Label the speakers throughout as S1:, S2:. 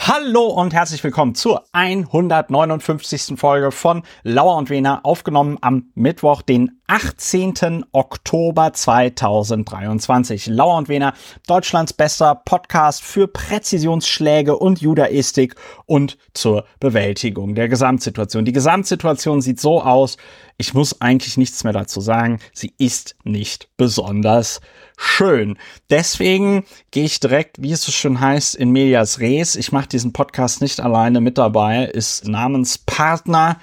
S1: Hallo und herzlich willkommen zur 159. Folge von Lauer und Wiener, aufgenommen am Mittwoch, den 18. Oktober 2023. Lauer und Wiener, Deutschlands bester Podcast für Präzisionsschläge und Judaistik und zur Bewältigung der Gesamtsituation. Die Gesamtsituation sieht so aus, ich muss eigentlich nichts mehr dazu sagen, sie ist nicht besonders schön. Deswegen gehe ich direkt, wie es so schön heißt, in medias res. Ich mache diesen Podcast nicht alleine mit dabei, ist Namenspartner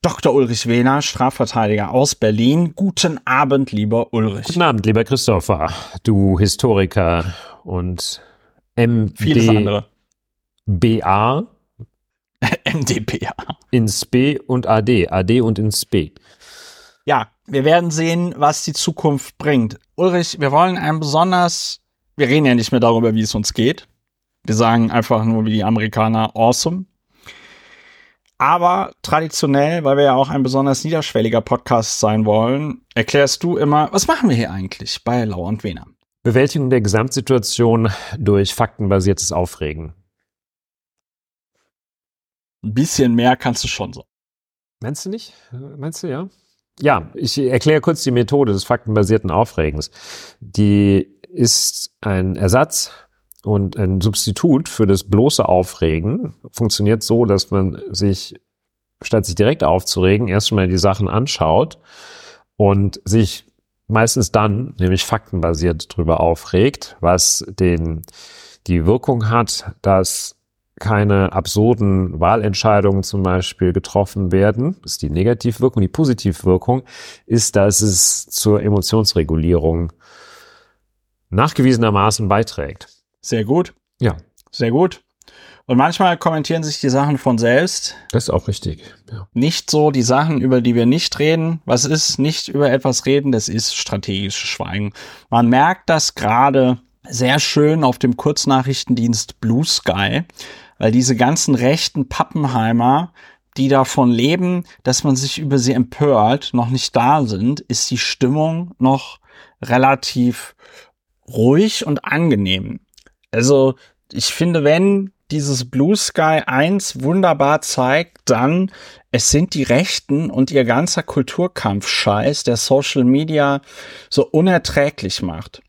S1: Dr. Ulrich Wehner, Strafverteidiger aus Berlin. Guten Abend, lieber Ulrich.
S2: Guten Abend, lieber Christopher, du Historiker und MD
S1: Vieles andere.
S2: BA
S1: MDPA.
S2: ins B und AD, AD und ins B.
S1: Ja, wir werden sehen, was die Zukunft bringt. Ulrich, wir wollen ein besonders, wir reden ja nicht mehr darüber, wie es uns geht. Wir sagen einfach nur wie die Amerikaner awesome. Aber traditionell, weil wir ja auch ein besonders niederschwelliger Podcast sein wollen, erklärst du immer, was machen wir hier eigentlich bei Lauer und Wehner?
S2: Bewältigung der Gesamtsituation durch faktenbasiertes Aufregen.
S1: Ein bisschen mehr kannst du schon so.
S2: Meinst du nicht? Meinst du ja? Ja, ich erkläre kurz die Methode des faktenbasierten Aufregens. Die ist ein Ersatz und ein Substitut für das bloße Aufregen. Funktioniert so, dass man sich, statt sich direkt aufzuregen, erstmal die Sachen anschaut und sich meistens dann, nämlich faktenbasiert drüber aufregt, was den, die Wirkung hat, dass keine absurden Wahlentscheidungen zum Beispiel getroffen werden, ist die Negativwirkung. Die Positivwirkung ist, dass es zur Emotionsregulierung nachgewiesenermaßen beiträgt.
S1: Sehr gut,
S2: Ja,
S1: sehr gut. Und manchmal kommentieren sich die Sachen von selbst.
S2: das ist auch richtig. Ja.
S1: nicht so die Sachen, über die wir nicht reden. Was ist nicht über etwas reden? Das ist strategisches Schweigen. Man merkt das gerade sehr schön auf dem Kurznachrichtendienst Blue Sky, weil diese ganzen rechten Pappenheimer, die davon leben, dass man sich über sie empört, noch nicht da sind, ist die Stimmung noch relativ ruhig und angenehm. Also ich finde, wenn dieses Blue Sky 1 wunderbar zeigt, dann es sind die Rechten und ihr ganzer Kulturkampfscheiß, der Social Media so unerträglich macht.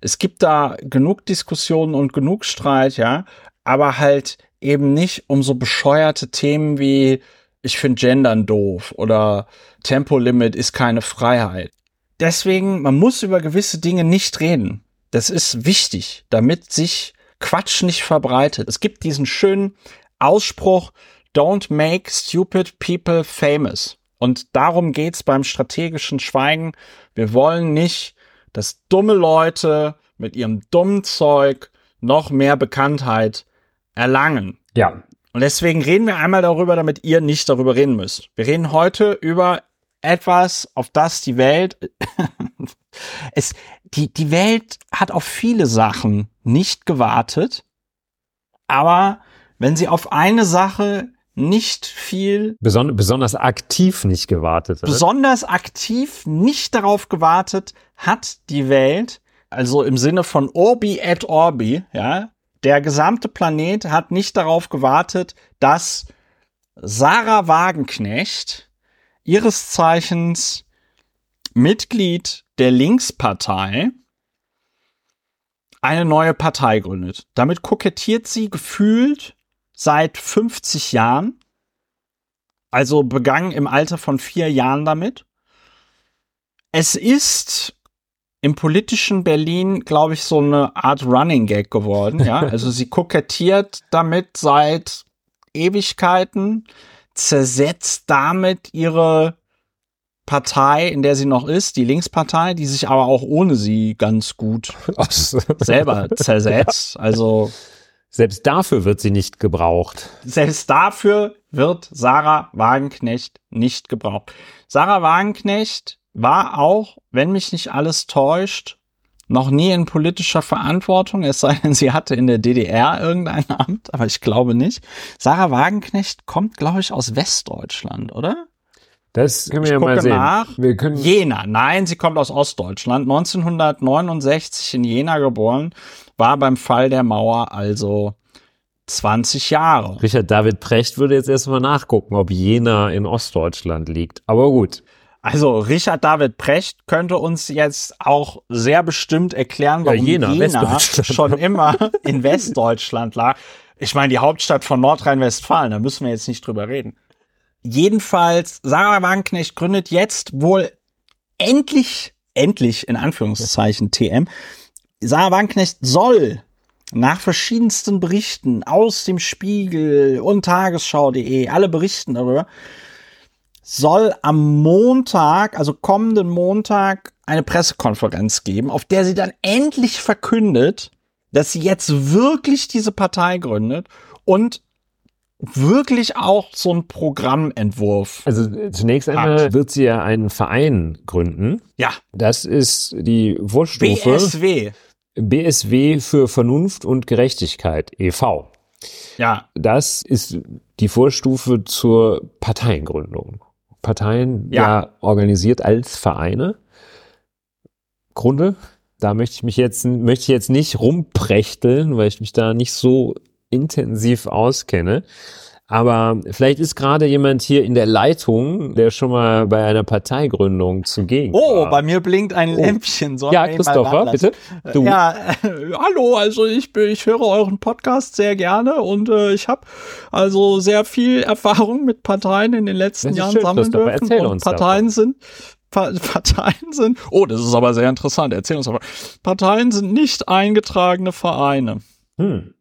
S1: Es gibt da genug Diskussionen und genug Streit, ja, aber halt eben nicht um so bescheuerte Themen wie ich finde Gendern doof oder Tempolimit ist keine Freiheit. Deswegen, man muss über gewisse Dinge nicht reden. Das ist wichtig, damit sich Quatsch nicht verbreitet. Es gibt diesen schönen Ausspruch, don't make stupid people famous. Und darum geht's beim strategischen Schweigen. Wir wollen nicht, dass dumme Leute mit ihrem dummen Zeug noch mehr Bekanntheit erlangen.
S2: ja,
S1: Und deswegen reden wir einmal darüber, damit ihr nicht darüber reden müsst. Wir reden heute über etwas, auf das die Welt, es, die, die Welt hat auf viele Sachen nicht gewartet. Aber wenn sie auf eine Sache nicht viel
S2: Beson besonders aktiv nicht gewartet. oder?
S1: besonders aktiv nicht darauf gewartet hat die Welt, also im Sinne von Orbi et Orbi, ja, der gesamte Planet hat nicht darauf gewartet, dass Sarah Wagenknecht ihres Zeichens Mitglied der Linkspartei eine neue Partei gründet. Damit kokettiert sie gefühlt seit 50 Jahren also begangen im Alter von vier Jahren damit. Es ist im politischen Berlin, glaube ich, so eine Art Running Gag geworden. Ja, also sie kokettiert damit seit Ewigkeiten, zersetzt damit ihre Partei, in der sie noch ist, die Linkspartei, die sich aber auch ohne sie ganz gut
S2: Aus-
S1: selber zersetzt. Also
S2: Selbst dafür wird sie nicht gebraucht.
S1: selbst dafür wird Sarah Wagenknecht nicht gebraucht. Sarah Wagenknecht war auch, wenn mich nicht alles täuscht, noch nie in politischer Verantwortung, es sei denn, sie hatte in der DDR irgendein Amt, aber ich glaube nicht. Sarah Wagenknecht kommt, glaube ich, aus Westdeutschland, oder?
S2: Das können wir ja
S1: gucke
S2: mal sehen.
S1: nach.
S2: Wir können
S1: Jena, nein, sie kommt aus Ostdeutschland, 1969 in Jena geboren, war beim Fall der Mauer also 20 Jahre.
S2: Richard David Precht würde jetzt erstmal nachgucken, ob Jena in Ostdeutschland liegt. Aber gut.
S1: Also Richard David Precht könnte uns jetzt auch sehr bestimmt erklären, warum
S2: Jena,
S1: Jena,
S2: Westdeutschland.
S1: schon immer in Westdeutschland lag. Ich meine, die Hauptstadt von Nordrhein-Westfalen, da müssen wir jetzt nicht drüber reden. Jedenfalls, Sarah Wagenknecht gründet jetzt wohl endlich, endlich in Anführungszeichen TM. Sarah Wagenknecht soll nach verschiedensten Berichten aus dem Spiegel und Tagesschau.de, alle berichten darüber, soll am Montag, also kommenden Montag, eine Pressekonferenz geben, auf der sie dann endlich verkündet, dass sie jetzt wirklich diese Partei gründet und wirklich auch so einen Programmentwurf.
S2: Also äh, zunächst einmal
S1: Hat.
S2: wird sie ja einen Verein gründen.
S1: Ja,
S2: Das ist die Vorstufe
S1: BSW.
S2: BSW für Vernunft und Gerechtigkeit e e.V.
S1: Ja,
S2: Das ist die Vorstufe zur Parteiengründung. Parteien ja,
S1: Ja.
S2: organisiert als Vereine. Grunde, da möchte ich mich jetzt möchte ich jetzt nicht rumprechteln, weil ich mich da nicht so intensiv auskenne. Aber vielleicht ist gerade jemand hier in der Leitung, der schon mal bei einer Parteigründung zugegen
S1: Oh,
S2: war.
S1: bei mir blinkt ein
S2: Oh.
S1: Lämpchen. Sollen
S2: ja,
S1: wir ihn mal
S2: Christopher,
S1: ranlassen?
S2: bitte. Du.
S1: Ja, äh, hallo, also ich, bin- ich höre euren Podcast sehr gerne und äh, ich habe also sehr viel Erfahrung mit Parteien in den letzten
S2: Das ist
S1: Jahren
S2: schön,
S1: sammeln
S2: Christopher,
S1: dürfen.
S2: erzähl
S1: und
S2: uns
S1: Parteien sind Pa Parteien sind, oh, das ist aber sehr interessant, erzähl uns aber. Parteien sind nicht eingetragene Vereine.
S2: Hm.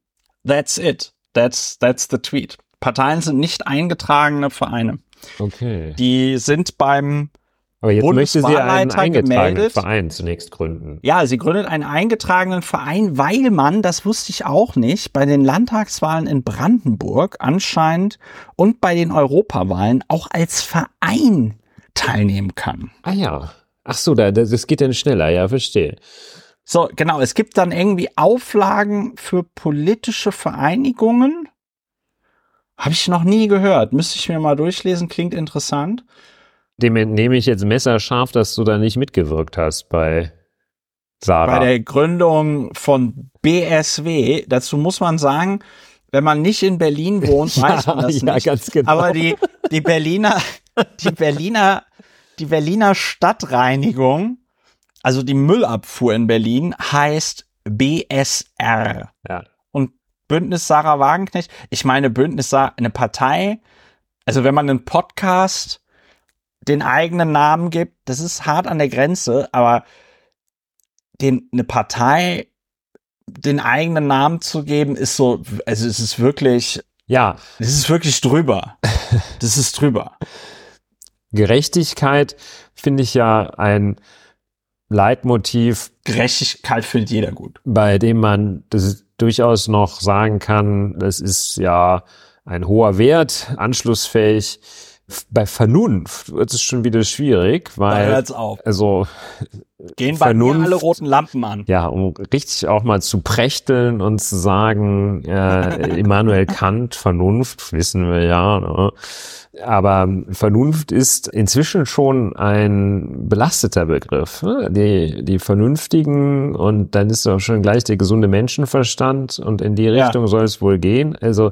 S1: That's it. That's, that's the tweet. Parteien sind nicht eingetragene Vereine.
S2: Okay.
S1: Die sind beim
S2: Aber jetzt möchte sie einen
S1: Bundeswahlleiter
S2: eingetragenen
S1: gemeldet.
S2: Verein zunächst gründen.
S1: Ja, sie gründet einen eingetragenen Verein, weil man, das wusste ich auch nicht, bei den Landtagswahlen in Brandenburg anscheinend und bei den Europawahlen auch als Verein teilnehmen kann.
S2: Ah ja. Ach so, da, das, das geht dann schneller, ja, verstehe.
S1: So, genau, es gibt dann irgendwie Auflagen für politische Vereinigungen. Habe ich noch nie gehört. Müsste ich mir mal durchlesen, klingt interessant.
S2: Dem entnehme ich jetzt messerscharf, dass du da nicht mitgewirkt hast bei Sarah.
S1: bei der Gründung von BSW. Dazu muss man sagen, wenn man nicht in Berlin wohnt, weiß man das
S2: ja,
S1: nicht.
S2: ganz genau.
S1: Aber die, die Berliner, die Berliner, die Berliner Stadtreinigung, also die Müllabfuhr in Berlin, heißt BSR.
S2: Ja.
S1: Und Bündnis Sarah Wagenknecht, ich meine, Bündnis Sarah, eine Partei, also wenn man einen Podcast den eigenen Namen gibt, das ist hart an der Grenze, aber den, eine Partei den eigenen Namen zu geben, ist so, also es ist wirklich,
S2: ja,
S1: das ist wirklich drüber. Das ist drüber.
S2: Gerechtigkeit finde ich ja ein Leitmotiv,
S1: Gerechtigkeit findet jeder gut.
S2: bei dem man das durchaus noch sagen kann, das ist ja ein hoher Wert, anschlussfähig. F- Bei Vernunft wird es schon wieder schwierig,
S1: Da
S2: weil
S1: hört's auf.
S2: also
S1: Gehen bei mir
S2: Vernunft.
S1: alle roten Lampen an.
S2: ja, um richtig auch mal zu prechteln und zu sagen, äh, Immanuel Kant, Vernunft, wissen wir ja. Ne? Aber Vernunft ist inzwischen schon ein belasteter Begriff. Ne? Die, die Vernünftigen und dann ist auch schon gleich der gesunde Menschenverstand und in die
S1: Ja.
S2: Richtung soll es wohl gehen. Also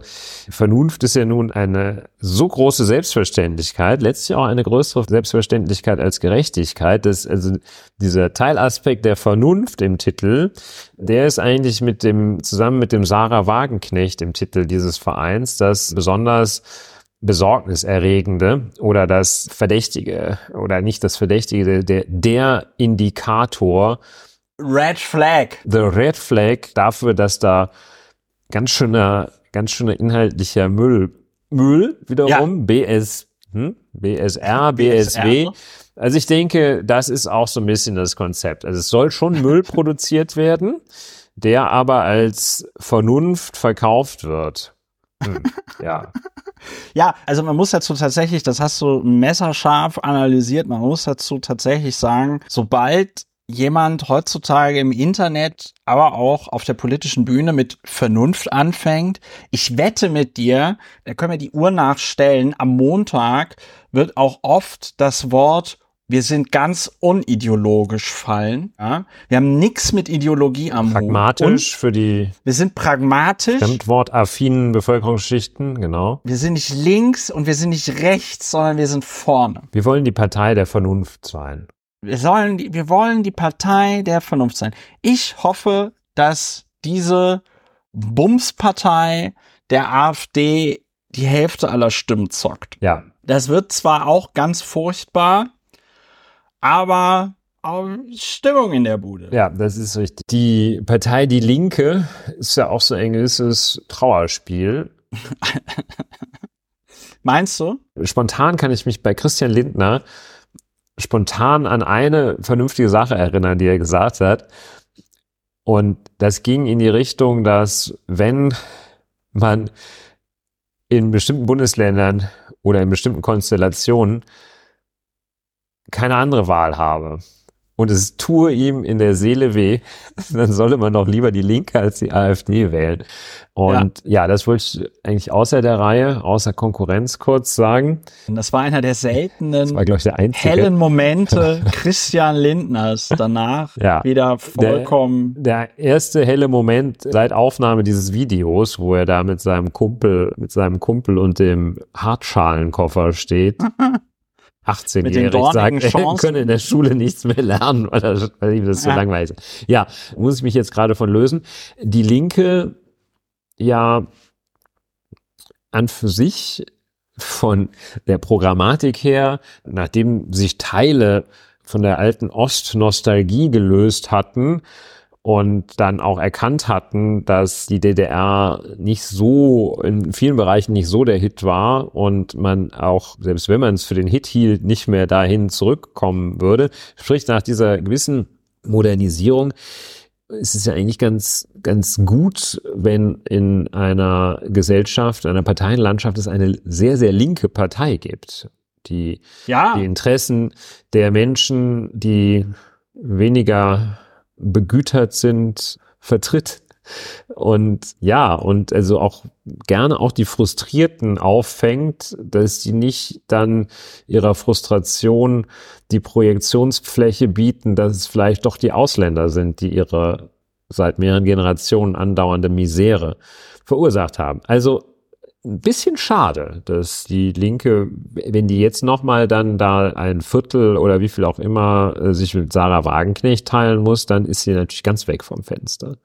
S2: Vernunft ist ja nun eine so große Selbstverständlichkeit, letztlich auch eine größere Selbstverständlichkeit als Gerechtigkeit, dass also dieser Teilaspekt der Vernunft im Titel, der ist eigentlich mit dem, zusammen mit dem Sarah Wagenknecht im Titel dieses Vereins, das besonders besorgniserregende oder das Verdächtige oder nicht das Verdächtige, der, der Indikator,
S1: Red Flag.
S2: the red flag dafür, dass da ganz schöner, ganz schöner inhaltlicher Müll, Müll wiederum, BS, hm? BSR, BSW. Also ich denke, das ist auch so ein bisschen das Konzept. Also es soll schon Müll produziert werden, der aber als Vernunft verkauft wird. Hm. Ja.
S1: Ja, also man muss dazu tatsächlich, das hast du messerscharf analysiert, man muss dazu tatsächlich sagen, sobald jemand heutzutage im Internet, aber auch auf der politischen Bühne mit Vernunft anfängt, ich wette mit dir, da können wir die Uhr nachstellen, am Montag wird auch oft das Wort Wir sind ganz unideologisch fallen. Ja? Wir haben nichts mit Ideologie am Hut.
S2: Pragmatisch für die
S1: Und Wir sind pragmatisch.
S2: fremdwortaffinen Bevölkerungsschichten, genau.
S1: Wir sind nicht links und wir sind nicht rechts, sondern wir sind vorne.
S2: Wir wollen die Partei der Vernunft sein.
S1: wir sollen, die- wir wollen die Partei der Vernunft sein. Ich hoffe, dass diese Bumspartei der AfD die Hälfte aller Stimmen zockt.
S2: Ja,
S1: Das wird zwar auch ganz furchtbar, aber ähm, Stimmung in der Bude.
S2: Ja, das ist richtig. Die Partei Die Linke ist ja auch so ein gewisses Trauerspiel.
S1: Meinst du?
S2: Spontan kann ich mich bei Christian Lindner spontan an eine vernünftige Sache erinnern, die er gesagt hat. Und das ging in die Richtung, dass wenn man in bestimmten Bundesländern oder in bestimmten Konstellationen keine andere Wahl habe und es tue ihm in der Seele weh, dann solle man doch lieber die Linke als die AfD wählen. Und ja, das wollte ich eigentlich außer der Reihe, außer Konkurrenz kurz sagen.
S1: Und das war einer der
S2: Das war,
S1: seltenen
S2: glaube ich, der einzige.
S1: hellen Momente Christian Lindners danach
S2: Genau. Ja.
S1: wieder vollkommen.
S2: Der erste helle Moment seit Aufnahme dieses Videos, wo er da mit seinem Kumpel, mit seinem Kumpel und dem Hartschalenkoffer steht. 18-jährig
S1: dornigen
S2: sagt, er
S1: Chancen.
S2: könne in der Schule nichts mehr lernen, weil, er, weil ihm das so
S1: Ja.
S2: langweilig ist. Ja, muss ich mich jetzt gerade von lösen. Die Linke, ja, an für sich von der Programmatik her, nachdem sich Teile von der alten Ostnostalgie gelöst hatten und dann auch erkannt hatten, dass die DDR nicht so in vielen Bereichen nicht so der Hit war und man auch selbst wenn man es für den Hit hielt, nicht mehr dahin zurückkommen würde, sprich nach dieser gewissen Modernisierung es ist ja eigentlich ganz, ganz gut, wenn in einer Gesellschaft, in einer Parteienlandschaft es eine sehr, sehr linke Partei gibt, die
S1: Ja,
S2: die Interessen der Menschen, die weniger begütert sind, vertritt. Und ja, und also auch gerne auch die Frustrierten auffängt, dass die nicht dann ihrer Frustration die Projektionsfläche bieten, dass es vielleicht doch die Ausländer sind, die ihre seit mehreren Generationen andauernde Misere verursacht haben. Also ein bisschen schade, dass die Linke, wenn die jetzt nochmal dann da ein Viertel oder wie viel auch immer äh, sich mit Sarah Wagenknecht teilen muss, dann ist sie natürlich ganz weg vom Fenster.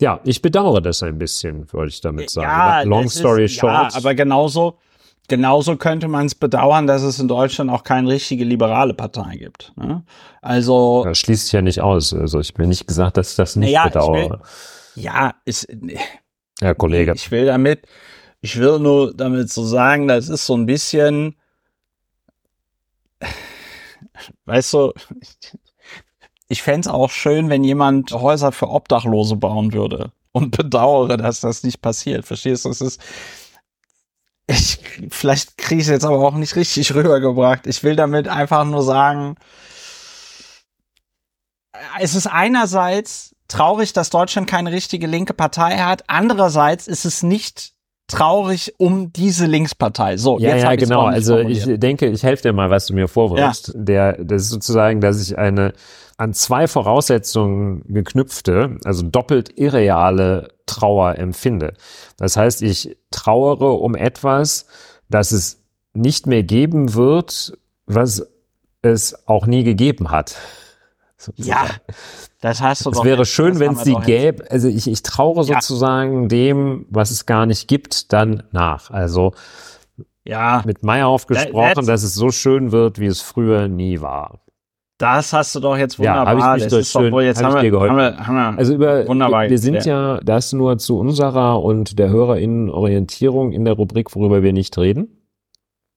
S2: Ja, ich bedauere das ein bisschen, würde ich damit sagen. Long
S1: Äh, das
S2: story
S1: ist,
S2: short.
S1: Ja, aber genauso, genauso könnte man es bedauern, dass es in Deutschland auch keine richtige liberale Partei gibt. Ne? Also,
S2: das schließt sich ja nicht aus. Also ich bin nicht gesagt, dass ich das nicht
S1: Naja, ich
S2: bedauere.
S1: ja, ist,
S2: Herr Kollege.
S1: ich will damit, ich will nur damit so sagen, das ist so ein bisschen, weißt du, ich fänd's auch schön, wenn jemand Häuser für Obdachlose bauen würde und bedauere, dass das nicht passiert. Verstehst du? Es ist, ich, vielleicht kriege ich es jetzt aber auch nicht richtig rübergebracht. Ich will damit einfach nur sagen, es ist einerseits traurig, dass Deutschland keine richtige linke Partei hat. Andererseits ist es nicht traurig um diese Linkspartei. So,
S2: Ja,
S1: jetzt
S2: ja,
S1: hab ich's
S2: genau.
S1: ordentlich
S2: Also
S1: formuliert.
S2: ich denke, ich helfe dir mal, was du mir vorwirfst. Der, das ist sozusagen, dass ich eine an zwei Voraussetzungen geknüpfte, also doppelt irreale Trauer empfinde. Das heißt, ich trauere um etwas, das es nicht mehr geben wird, was es auch nie gegeben hat.
S1: ja, das hast du
S2: Es
S1: doch.
S2: wäre
S1: jetzt.
S2: schön,
S1: Das
S2: wenn
S1: haben
S2: es
S1: wir
S2: sie
S1: doch jetzt.
S2: gäbe. Also ich, ich traure
S1: Ja.
S2: sozusagen dem, was es gar nicht gibt, dann nach. Also
S1: Ja,
S2: mit Meyerhoff
S1: That-
S2: gesprochen,
S1: that's-
S2: dass es so schön wird, wie es früher nie war.
S1: das hast du doch jetzt
S2: Ja, hab ich
S1: wunderbar.
S2: mich
S1: das
S2: doch
S1: ist doch
S2: schön-
S1: wohl jetzt
S2: hab ich
S1: haben
S2: dir
S1: wir,
S2: geholfen.
S1: haben wir, haben wir,
S2: Also über
S1: Wunderbar,
S2: wir, wir sind
S1: geklärt.
S2: ja das nur zu unserer und der Hörerinnen Orientierung in der Rubrik, worüber wir nicht reden.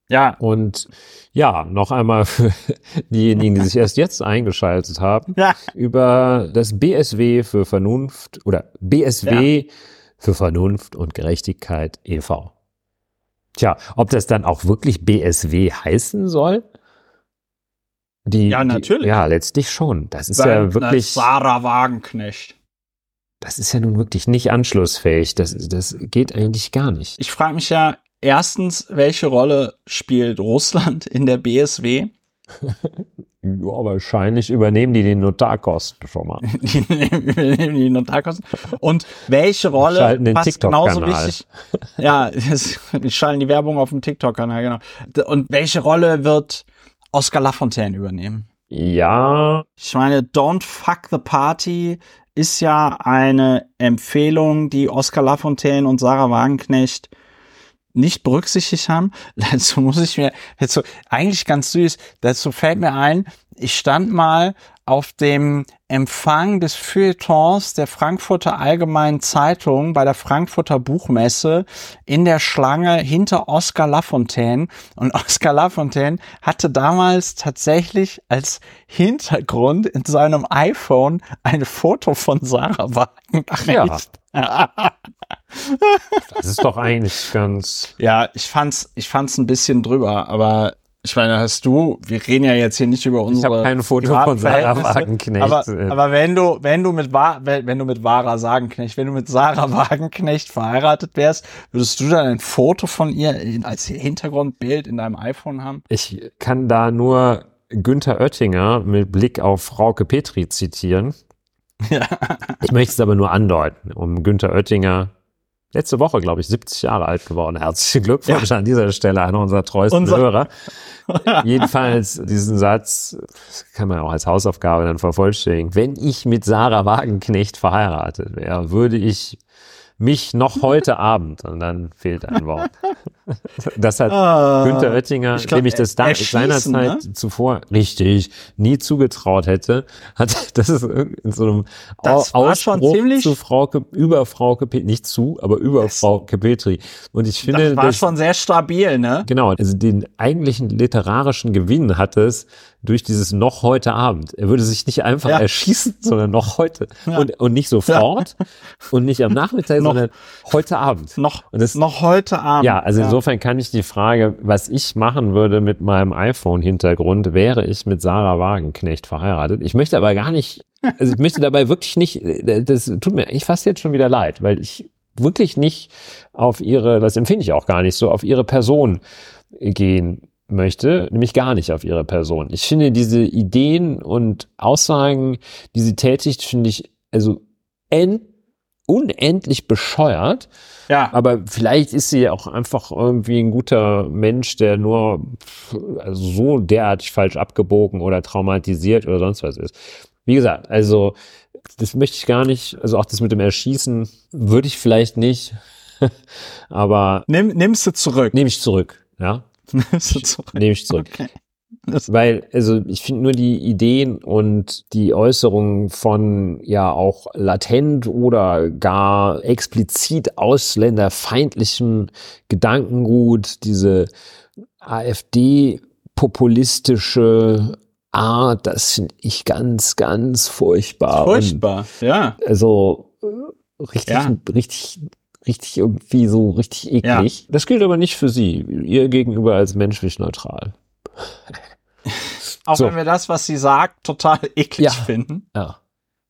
S1: ja,
S2: Und ja, noch einmal für diejenigen, die sich erst jetzt eingeschaltet haben,
S1: ja,
S2: über das BSW für Vernunft oder BSW für Vernunft und Gerechtigkeit e.V. Tja, ob das dann auch wirklich BSW heißen soll? Die,
S1: Ja, natürlich.
S2: Die, ja, letztlich schon. Das ist
S1: Weil,
S2: ja wirklich,
S1: na, Sarah Wagenknecht.
S2: das ist ja nun wirklich nicht anschlussfähig. Das, das geht eigentlich gar nicht.
S1: Ich frage mich ja erstens, welche Rolle spielt Russland in der BSW?
S2: ja, wahrscheinlich übernehmen die den Notarkosten schon mal.
S1: die nehmen die Notarkosten. Und welche Rolle
S2: Schalten den
S1: passt
S2: TikTok-Kanal.
S1: genauso wichtig? Ja, das, die schalten die Werbung auf dem TikTok-Kanal, genau. Und welche Rolle wird Oscar Lafontaine übernehmen?
S2: Ja,
S1: Ich meine, Don't Fuck the Party ist ja eine Empfehlung, die Oscar Lafontaine und Sarah Wagenknecht nicht berücksichtigt haben. Dazu muss ich mir, dazu, eigentlich ganz süß, dazu fällt mir ein, ich stand mal auf dem Empfang des Feuilletons der Frankfurter Allgemeinen Zeitung bei der Frankfurter Buchmesse in der Schlange hinter Oscar Lafontaine. Und Oscar Lafontaine hatte damals tatsächlich als Hintergrund in seinem iPhone ein Foto von Sarah Wagenknecht. Ja.
S2: das ist doch eigentlich ganz.
S1: Ja, ich fand's, ich fand's ein bisschen drüber, aber ich meine, hast du, wir reden ja jetzt hier nicht über
S2: Ich
S1: unsere.
S2: habe kein Foto
S1: privaten
S2: von Sarah
S1: Verhältnisse,
S2: Wagenknecht.
S1: Aber,
S2: Äh,
S1: aber wenn du, wenn du mit Wa wenn wenn du mit Vara Sagenknecht, wenn du mit Sarah Wagenknecht verheiratet wärst, würdest du dann ein Foto von ihr in- als Hintergrundbild in deinem iPhone haben?
S2: ich kann da nur Günther Oettinger mit Blick auf Frauke Petri zitieren.
S1: Ja.
S2: Ich möchte es aber nur andeuten, um Günther Oettinger. Letzte Woche, glaube ich, 70 Jahre alt geworden. Herzlichen Glückwunsch an dieser Stelle, einer unserer treuesten
S1: Unser-
S2: Hörer. Jedenfalls diesen Satz, das kann man auch als Hausaufgabe dann vervollständigen. Wenn ich mit Sarah Wagenknecht verheiratet wäre, würde ich mich noch heute Abend, und dann fehlt ein Wort. Das hat
S1: Ah.
S2: Günther Oettinger,
S1: Ich glaub, äh,
S2: dem ich das da
S1: erschießen, ne?
S2: seinerzeit zuvor richtig nie zugetraut hätte, hat das ist in so einem
S1: Das
S2: Au-
S1: war schon
S2: Ausspruch
S1: ziemlich-
S2: zu Frauke, über Frauke Petri, nicht zu, aber über Frauke Petri. Und ich finde,
S1: Das war
S2: das
S1: schon sehr stabil, ne?
S2: Genau, also den eigentlichen literarischen Gewinn hat es durch dieses noch heute Abend. Er würde sich nicht einfach
S1: Ja.
S2: erschießen, sondern noch heute. Und, und nicht sofort und nicht am Nachmittag,
S1: Noch.
S2: sondern heute Abend.
S1: Noch,
S2: Und das-
S1: noch heute Abend.
S2: Ja, also insofern kann ich die Frage, was ich machen würde mit meinem iPhone-Hintergrund, wäre ich mit Sarah Wagenknecht verheiratet. Ich möchte aber gar nicht, also ich möchte dabei wirklich nicht, das tut mir eigentlich fast jetzt schon wieder leid, weil ich wirklich nicht auf ihre, das empfinde ich auch gar nicht so, auf ihre Person gehen möchte, nämlich gar nicht auf ihre Person. Ich finde diese Ideen und Aussagen, die sie tätigt, finde ich also en unendlich bescheuert.
S1: ja.
S2: Aber vielleicht ist sie ja auch einfach irgendwie ein guter Mensch, der nur pff, also so derartig falsch abgebogen oder traumatisiert oder sonst was ist. Wie gesagt, also das möchte ich gar nicht, also auch das mit dem Erschießen würde ich vielleicht nicht, aber
S1: Nimm, nimmst du zurück.
S2: nehme ich zurück, ja,
S1: Nimmst du zurück.
S2: nehme ich zurück.
S1: Okay.
S2: Weil, also ich finde nur die Ideen und die Äußerungen von ja auch latent oder gar explizit ausländerfeindlichem Gedankengut, diese AfD-populistische Art, das finde ich ganz, ganz furchtbar. Und
S1: Furchtbar. Ja.
S2: also äh, richtig,
S1: Ja.
S2: richtig, richtig irgendwie so richtig eklig. Das gilt aber nicht für sie. Ihr gegenüber als menschlich neutral.
S1: Auch
S2: So.
S1: wenn wir das, was sie sagt, total eklig
S2: Ja.
S1: finden.
S2: Ja.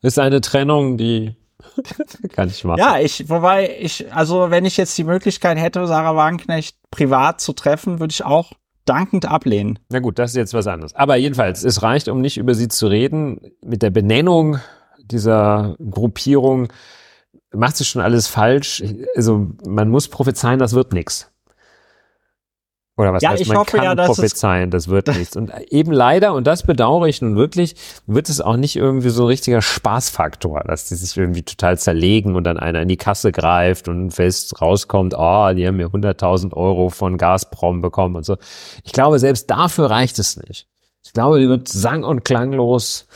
S2: Ist eine Trennung, die kann ich machen.
S1: Ja, ich, wobei ich, also wenn ich jetzt die Möglichkeit hätte, Sarah Wagenknecht privat zu treffen, würde ich auch dankend ablehnen.
S2: Na gut, das ist jetzt was anderes. Aber jedenfalls, es reicht, um nicht über sie zu reden. Mit der Benennung dieser Gruppierung macht sie schon alles falsch. Also man muss prophezeien, das wird nichts. Oder was
S1: Ja,
S2: heißt,
S1: ich
S2: man
S1: hoffe
S2: kann
S1: ja, dass es-
S2: prophezeien, das wird nichts. Und eben leider, und das bedauere ich nun wirklich, wird es auch nicht irgendwie so ein richtiger Spaßfaktor, dass die sich irgendwie total zerlegen und dann einer in die Kasse greift und fest rauskommt, oh, die haben mir 100.000 Euro von Gazprom bekommen und so. Ich glaube, selbst dafür reicht es nicht. Ich glaube, die wird sang- und klanglos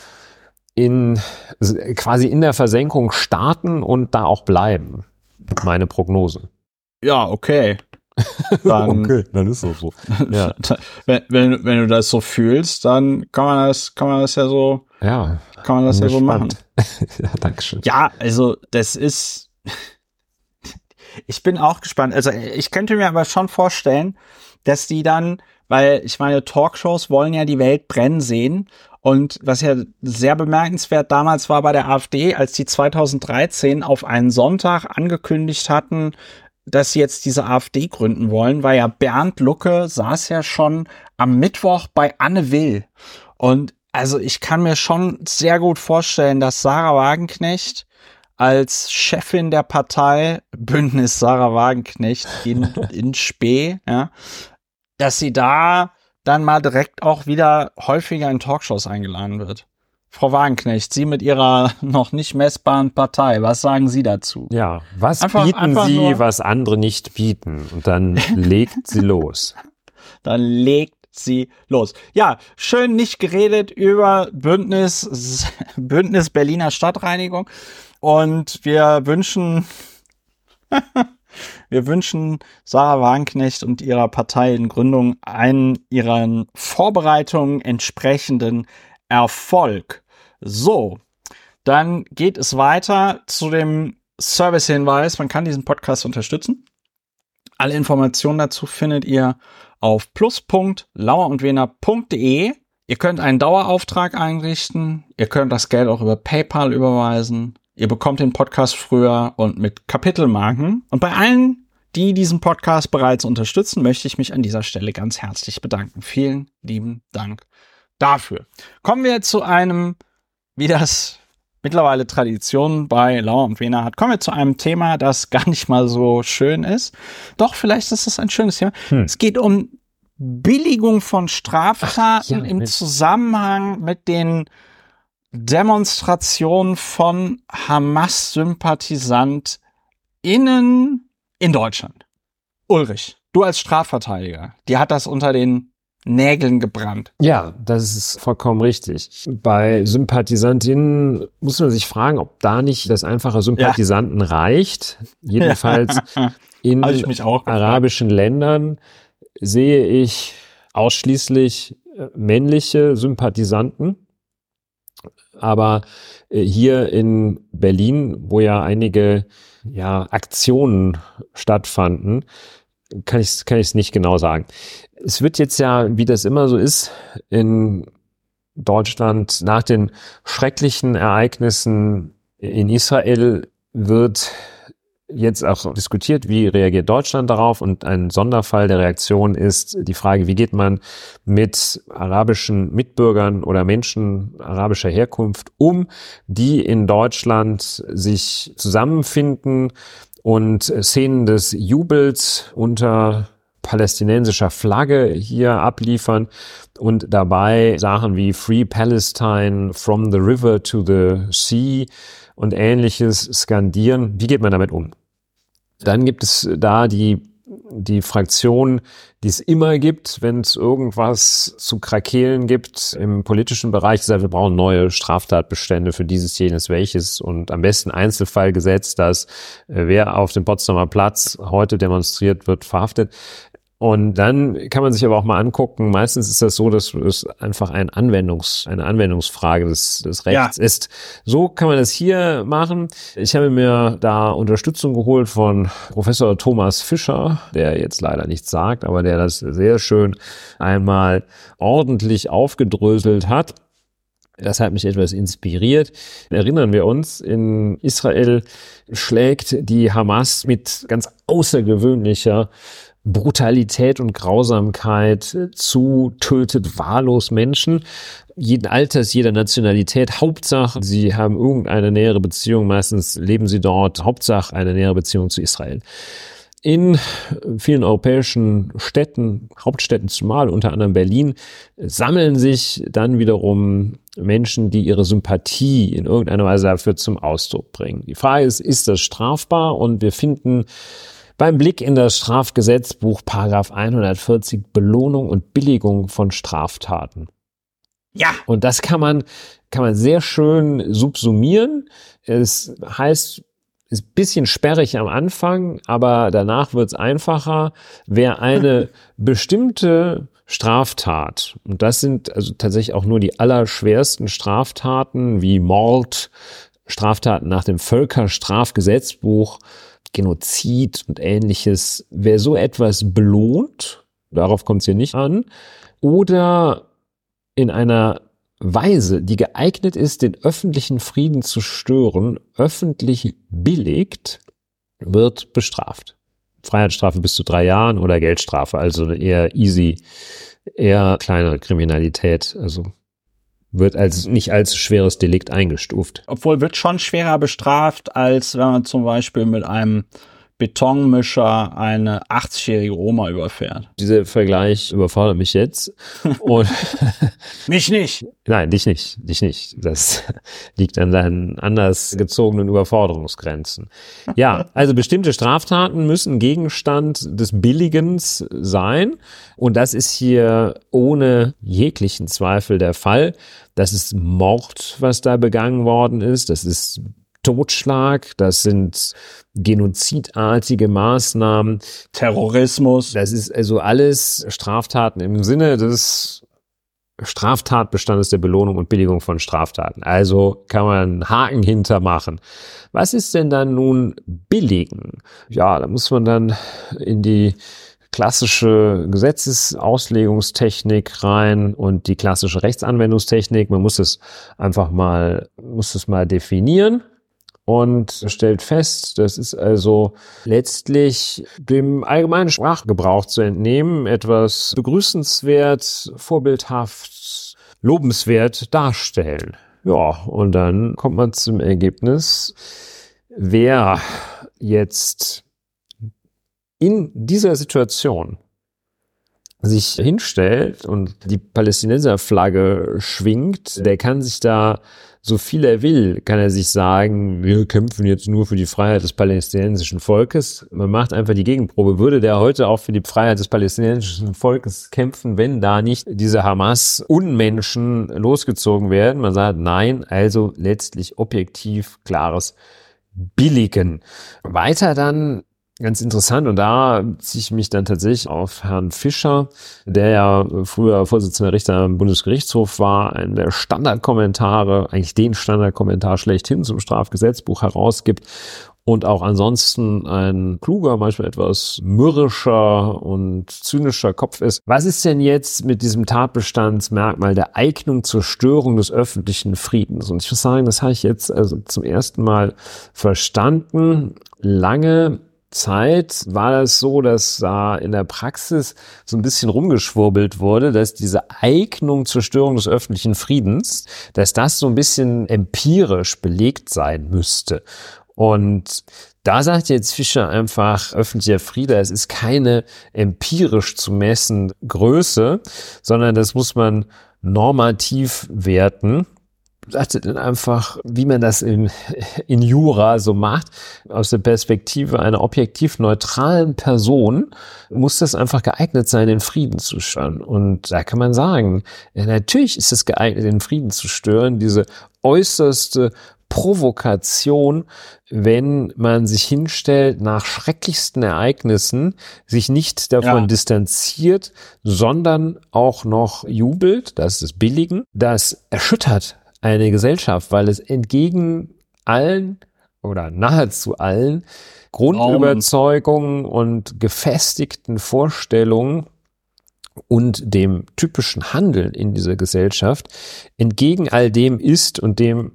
S2: in, also quasi in der Versenkung starten und da auch bleiben. Meine Prognose.
S1: Ja, okay. Dann,
S2: dann ist es so. Ja.
S1: wenn, wenn, wenn du das so fühlst, dann kann man das, kann man das ja so,
S2: ja.
S1: kann man das ja so machen.
S2: ja, Dankeschön.
S1: Ja, also das ist. Ich bin auch gespannt. Also ich könnte mir aber schon vorstellen, dass die dann, weil ich meine, Talkshows wollen ja die Welt brennen sehen. Und was ja sehr bemerkenswert damals war bei der AfD, als die 2013 auf einen Sonntag angekündigt hatten, dass sie jetzt diese AfD gründen wollen, weil ja Bernd Lucke saß ja schon am Mittwoch bei Anne Will. Und also ich kann mir schon sehr gut vorstellen, dass Sarah Wagenknecht als Chefin der Partei Bündnis Sarah Wagenknecht in, in Spee, ja, dass sie da dann mal direkt auch wieder häufiger in Talkshows eingeladen wird. Frau Wagenknecht, Sie mit Ihrer noch nicht messbaren Partei, was sagen Sie dazu?
S2: Ja, was
S1: Einfach-
S2: bieten
S1: einfach
S2: Sie,
S1: nur-
S2: was andere nicht bieten? Und dann legt sie los.
S1: Dann legt sie los. Ja, schön nicht geredet über Bündnis, Bündnis Berliner Stadtreinigung. Und wir wünschen, wir wünschen Sarah Wagenknecht und ihrer Partei in Gründung einen ihren Vorbereitungen entsprechenden Erfolg. So, dann geht es weiter zu dem Servicehinweis. Man kann diesen Podcast unterstützen. Alle Informationen dazu findet ihr auf plus.lauerundwener.de. Ihr könnt einen Dauerauftrag einrichten. Ihr könnt das Geld auch über PayPal überweisen. Ihr bekommt den Podcast früher und mit Kapitelmarken. Und bei allen, die diesen Podcast bereits unterstützen, möchte ich mich an dieser Stelle ganz herzlich bedanken. Vielen lieben Dank dafür. Kommen wir zu einem, wie das mittlerweile Tradition bei Lauer und Wiener hat, kommen wir zu einem Thema, das gar nicht mal so schön ist. Doch, vielleicht ist es ein schönes Thema.
S2: Hm.
S1: Es geht um Billigung von Straftaten
S2: ja,
S1: im
S2: Mensch.
S1: Zusammenhang mit den Demonstrationen von Hamas-SympathisantInnen in Deutschland. Ulrich, du als Strafverteidiger, die hat das unter den Nägeln gebrannt.
S2: Ja, das ist vollkommen richtig. Bei Sympathisantinnen muss man sich fragen, ob da nicht das einfache Sympathisanten reicht. Jedenfalls in
S1: Habe Also ich mich auch
S2: arabischen Ländern sehe ich ausschließlich äh, männliche Sympathisanten. Aber äh, hier in Berlin, wo ja einige ja, Aktionen stattfanden, kann ich es kann ich's nicht genau sagen. Es wird jetzt ja, wie das immer so ist, in Deutschland nach den schrecklichen Ereignissen in Israel wird jetzt auch diskutiert, wie reagiert Deutschland darauf? Und ein Sonderfall der Reaktion ist die Frage, wie geht man mit arabischen Mitbürgern oder Menschen arabischer Herkunft um, die in Deutschland sich zusammenfinden und Szenen des Jubels unter palästinensischer Flagge hier abliefern und dabei Sachen wie Free Palestine, From the River to the Sea und ähnliches skandieren. Wie geht man damit um? Dann gibt es da die, die Fraktion, die es immer gibt, wenn es irgendwas zu krakeelen gibt im politischen Bereich, die sagt, wir brauchen neue Straftatbestände für dieses, jenes, welches und am besten Einzelfallgesetz, dass äh, wer auf dem Potsdamer Platz heute demonstriert wird, verhaftet. Und dann kann man sich aber auch mal angucken, meistens ist das so, dass es einfach ein Anwendungs, eine Anwendungsfrage des, des Rechts ist. So kann man das hier machen. Ich habe mir da Unterstützung geholt von Professor Thomas Fischer, der jetzt leider nichts sagt, aber der das sehr schön einmal ordentlich aufgedröselt hat. Das hat mich etwas inspiriert. Erinnern wir uns, in Israel schlägt die Hamas mit ganz außergewöhnlicher Brutalität und Grausamkeit zu, tötet wahllos Menschen jeden Alters, jeder Nationalität. Hauptsache, sie haben irgendeine nähere Beziehung. Meistens leben sie dort. Hauptsache, eine nähere Beziehung zu Israel. In äh, vielen europäischen Städten, Hauptstädten zumal, unter anderem Berlin, sammeln sich dann wiederum Menschen, die ihre Sympathie in irgendeiner Weise dafür zum Ausdruck bringen. Die Frage ist, ist das strafbar? Und wir finden beim Blick in das Strafgesetzbuch Paragraph 140 Belohnung und Billigung von Straftaten.
S1: Ja,
S2: Und das kann man, kann man sehr schön subsumieren. Es heißt, ist ein bisschen sperrig am Anfang, aber danach wird es einfacher. Wer eine bestimmte Straftat, und das sind also tatsächlich auch nur die allerschwersten Straftaten wie Mord, Straftaten nach dem Völkerstrafgesetzbuch, Genozid und ähnliches, wer so etwas belohnt, darauf kommt es hier nicht an, oder in einer Weise, die geeignet ist, den öffentlichen Frieden zu stören, öffentlich billigt, wird bestraft. Freiheitsstrafe bis zu drei Jahren oder Geldstrafe. Also eine eher easy, eher kleinere Kriminalität. Also wird als nicht als schweres Delikt eingestuft.
S1: Obwohl wird schon schwerer bestraft, als wenn man zum Beispiel mit einem Betonmischer eine 80-jährige Oma überfährt.
S2: Dieser Vergleich überfordert mich jetzt. Und
S1: Mich nicht.
S2: nein, dich nicht, dich nicht. Das liegt an deinen anders gezogenen Überforderungsgrenzen. Ja, also bestimmte Straftaten müssen Gegenstand des Billigens sein. Und das ist hier ohne jeglichen Zweifel der Fall. Das ist Mord, was da begangen worden ist. Das ist Totschlag. Das sind genozidartige Maßnahmen.
S1: Terrorismus.
S2: Das ist also alles Straftaten im Sinne des Straftatbestandes der Belohnung und Billigung von Straftaten. Also kann man einen Haken hintermachen. Was ist denn dann nun billigen? Ja, da muss man dann in die klassische Gesetzesauslegungstechnik rein und die klassische Rechtsanwendungstechnik. Man muss es einfach mal, muss es mal definieren und stellt fest, das ist also letztlich dem allgemeinen Sprachgebrauch zu entnehmen, etwas begrüßenswert, vorbildhaft, lobenswert darstellen. Ja, und dann kommt man zum Ergebnis, wer jetzt in dieser Situation sich hinstellt und die Palästinenserflagge schwingt, der kann sich da so viel er will, kann er sich sagen, wir kämpfen jetzt nur für die Freiheit des palästinensischen Volkes. Man macht einfach die Gegenprobe. Würde der heute auch für die Freiheit des palästinensischen Volkes kämpfen, wenn da nicht diese Hamas-Unmenschen losgezogen werden? Man sagt nein, also letztlich objektiv klares Billigen. Weiter dann Ganz interessant und da ziehe ich mich dann tatsächlich auf Herrn Fischer, der ja früher Vorsitzender Richter am Bundesgerichtshof war, einen der Standardkommentare, eigentlich den Standardkommentar schlechthin zum Strafgesetzbuch herausgibt und auch ansonsten ein kluger, manchmal etwas mürrischer und zynischer Kopf ist. Was ist denn jetzt mit diesem Tatbestandsmerkmal der Eignung zur Störung des öffentlichen Friedens? Und ich muss sagen, das habe ich jetzt also zum ersten Mal verstanden. Lange Zeit war das so, dass da in der Praxis so ein bisschen rumgeschwurbelt wurde, dass diese Eignung zur Störung des öffentlichen Friedens, dass das so ein bisschen empirisch belegt sein müsste. Und da sagt jetzt Fischer einfach, öffentlicher Friede, es ist keine empirisch zu messen Größe, sondern das muss man normativ werten sagte dann einfach, wie man das in, in Jura so macht, aus der Perspektive einer objektiv neutralen Person, muss das einfach geeignet sein, den Frieden zu stören. Und da kann man sagen, ja, natürlich ist es geeignet, den Frieden zu stören, diese äußerste Provokation, wenn man sich hinstellt nach schrecklichsten Ereignissen, sich nicht davon
S1: Ja.
S2: distanziert, sondern auch noch jubelt, das ist Billigen, das erschüttert eine Gesellschaft, weil es entgegen allen oder nahezu allen Grundüberzeugungen und gefestigten Vorstellungen und dem typischen Handeln in dieser Gesellschaft entgegen all dem ist und dem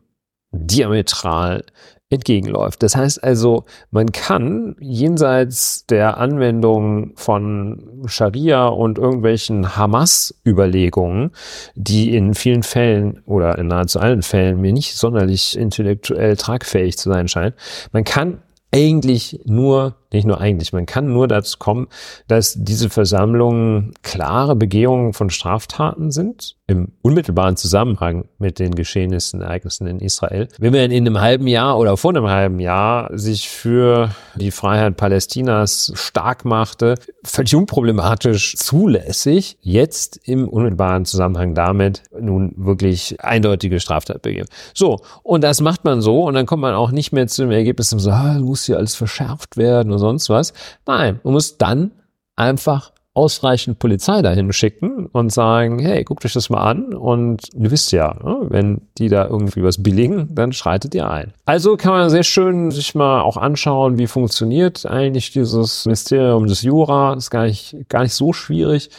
S2: diametral entgegenläuft. Das heißt also, man kann jenseits der Anwendung von Scharia und irgendwelchen Hamas-Überlegungen, die in vielen Fällen oder in nahezu allen Fällen mir nicht sonderlich intellektuell tragfähig zu sein scheint, man kann eigentlich nur, nicht nur eigentlich, man kann nur dazu kommen, dass diese Versammlungen klare Begehungen von Straftaten sind, im unmittelbaren Zusammenhang mit den Geschehnissen, Ereignissen in Israel. Wenn man in einem halben Jahr oder vor einem halben Jahr sich für die Freiheit Palästinas stark machte, völlig unproblematisch zulässig, jetzt im unmittelbaren Zusammenhang damit nun wirklich eindeutige Straftat begehen. So, und das macht man so und dann kommt man auch nicht mehr zu dem Ergebnis, so, ah, muss hier alles verschärft werden und sonst was. Nein, man muss dann einfach ausreichend Polizei dahin schicken und sagen, hey, guckt euch das mal an und ihr wisst ja, ne, wenn die da irgendwie was billigen, dann schreitet ihr ein. Also kann man sehr schön sich mal auch anschauen, wie funktioniert eigentlich dieses Mysterium des Jura. Ist gar nicht, gar nicht so schwierig.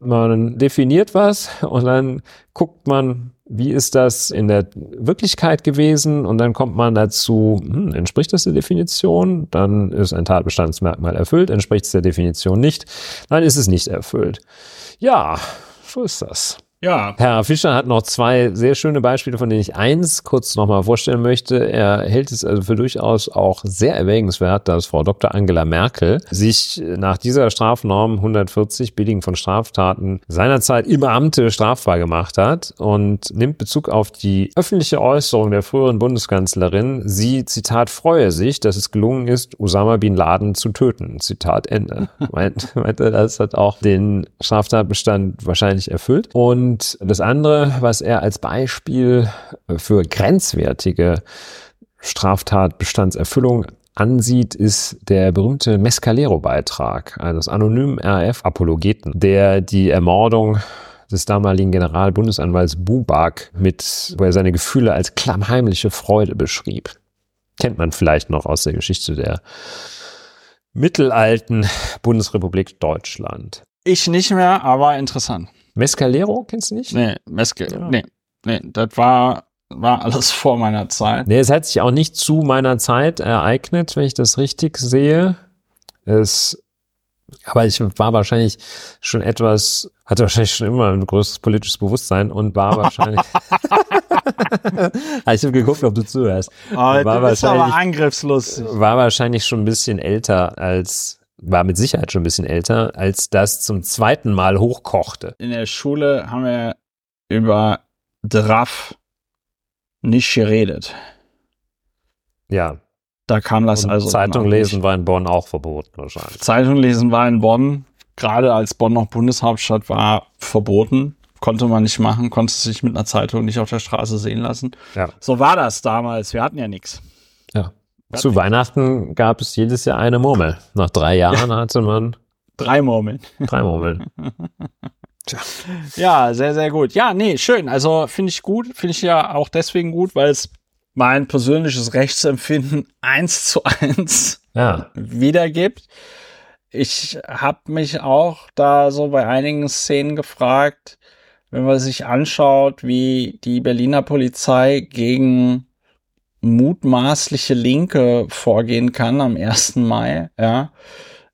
S2: Man definiert was und dann guckt man, wie ist das in der Wirklichkeit gewesen? Und dann kommt man dazu, hm, entspricht das der Definition? Dann ist ein Tatbestandsmerkmal erfüllt, entspricht es der Definition nicht, dann ist es nicht erfüllt. Ja, so ist das.
S1: Ja.
S2: Herr Fischer hat noch zwei sehr schöne Beispiele, von denen ich eins kurz nochmal vorstellen möchte. Er hält es also für durchaus auch sehr erwägenswert, dass Frau Dr. Angela Merkel sich nach dieser Strafnorm 140 Billigen von Straftaten seinerzeit im Amte strafbar gemacht hat und nimmt Bezug auf die öffentliche Äußerung der früheren Bundeskanzlerin. Sie, Zitat, freue sich, dass es gelungen ist, Osama Bin Laden zu töten. Zitat Ende. Meint, meint er, das hat auch den Straftatbestand wahrscheinlich erfüllt. Und und das andere, was er als Beispiel für grenzwertige Straftatbestandserfüllung ansieht, ist der berühmte Mescalero-Beitrag eines anonymen RAF-Apologeten, der die Ermordung des damaligen Generalbundesanwalts Buback mit, wo er seine Gefühle als klammheimliche Freude beschrieb. Kennt man vielleicht noch aus der Geschichte der mittelalten Bundesrepublik Deutschland.
S1: Ich nicht mehr, aber interessant.
S2: Mescalero kennst du nicht?
S1: Nee, Mescal, ja. nee, nee, das war, war alles vor meiner Zeit.
S2: Nee, es hat sich auch nicht zu meiner Zeit ereignet, wenn ich das richtig sehe. Es, aber ich war wahrscheinlich schon etwas, hatte wahrscheinlich schon immer ein größeres politisches Bewusstsein und war wahrscheinlich. Ah, ich habe geguckt, ob du zuhörst.
S1: Oh, war wahrscheinlich, aber angriffslustig.
S2: War wahrscheinlich schon ein bisschen älter als war mit Sicherheit schon ein bisschen älter, als das zum zweiten Mal hochkochte.
S1: In der Schule haben wir über Draff nicht geredet.
S2: Ja.
S1: Da kam das Und also.
S2: Zeitung lesen war in Bonn auch verboten wahrscheinlich.
S1: Zeitung lesen war in Bonn, gerade als Bonn noch Bundeshauptstadt war, verboten. Konnte man nicht machen, konnte sich mit einer Zeitung nicht auf der Straße sehen lassen.
S2: Ja.
S1: So war das damals. Wir hatten ja nichts.
S2: Ja. Zu Weihnachten gab es jedes Jahr eine Murmel. Nach drei Jahren hatte man.
S1: Drei Murmeln.
S2: Drei Murmeln.
S1: Tja. Ja, sehr, sehr gut. Ja, nee, schön. Also finde ich gut. Finde ich ja auch deswegen gut, weil es mein persönliches Rechtsempfinden eins zu eins
S2: ja.
S1: wiedergibt. Ich habe mich auch da so bei einigen Szenen gefragt, wenn man sich anschaut, wie die Berliner Polizei gegen mutmaßliche Linke vorgehen kann am 1. Mai, ja,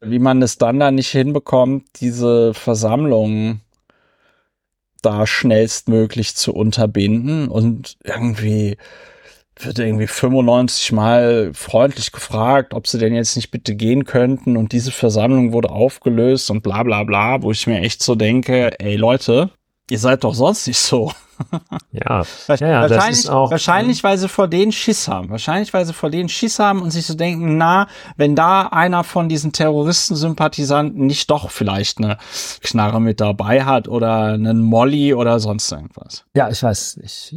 S1: wie man es dann da nicht hinbekommt, diese Versammlungen da schnellstmöglich zu unterbinden und irgendwie wird irgendwie 95 Mal freundlich gefragt, ob sie denn jetzt nicht bitte gehen könnten und diese Versammlung wurde aufgelöst und bla bla bla, wo ich mir echt so denke, ey Leute, ihr seid doch sonst nicht so.
S2: Ja,
S1: ja,
S2: ja
S1: das ist auch. ne? Wahrscheinlich, weil sie vor denen Schiss haben. Wahrscheinlich, weil sie vor denen Schiss haben und sich so denken, na, wenn da einer von diesen Terroristen-Sympathisanten nicht doch vielleicht eine Knarre mit dabei hat oder einen Molly oder sonst irgendwas.
S2: Ja, ich weiß. Ich,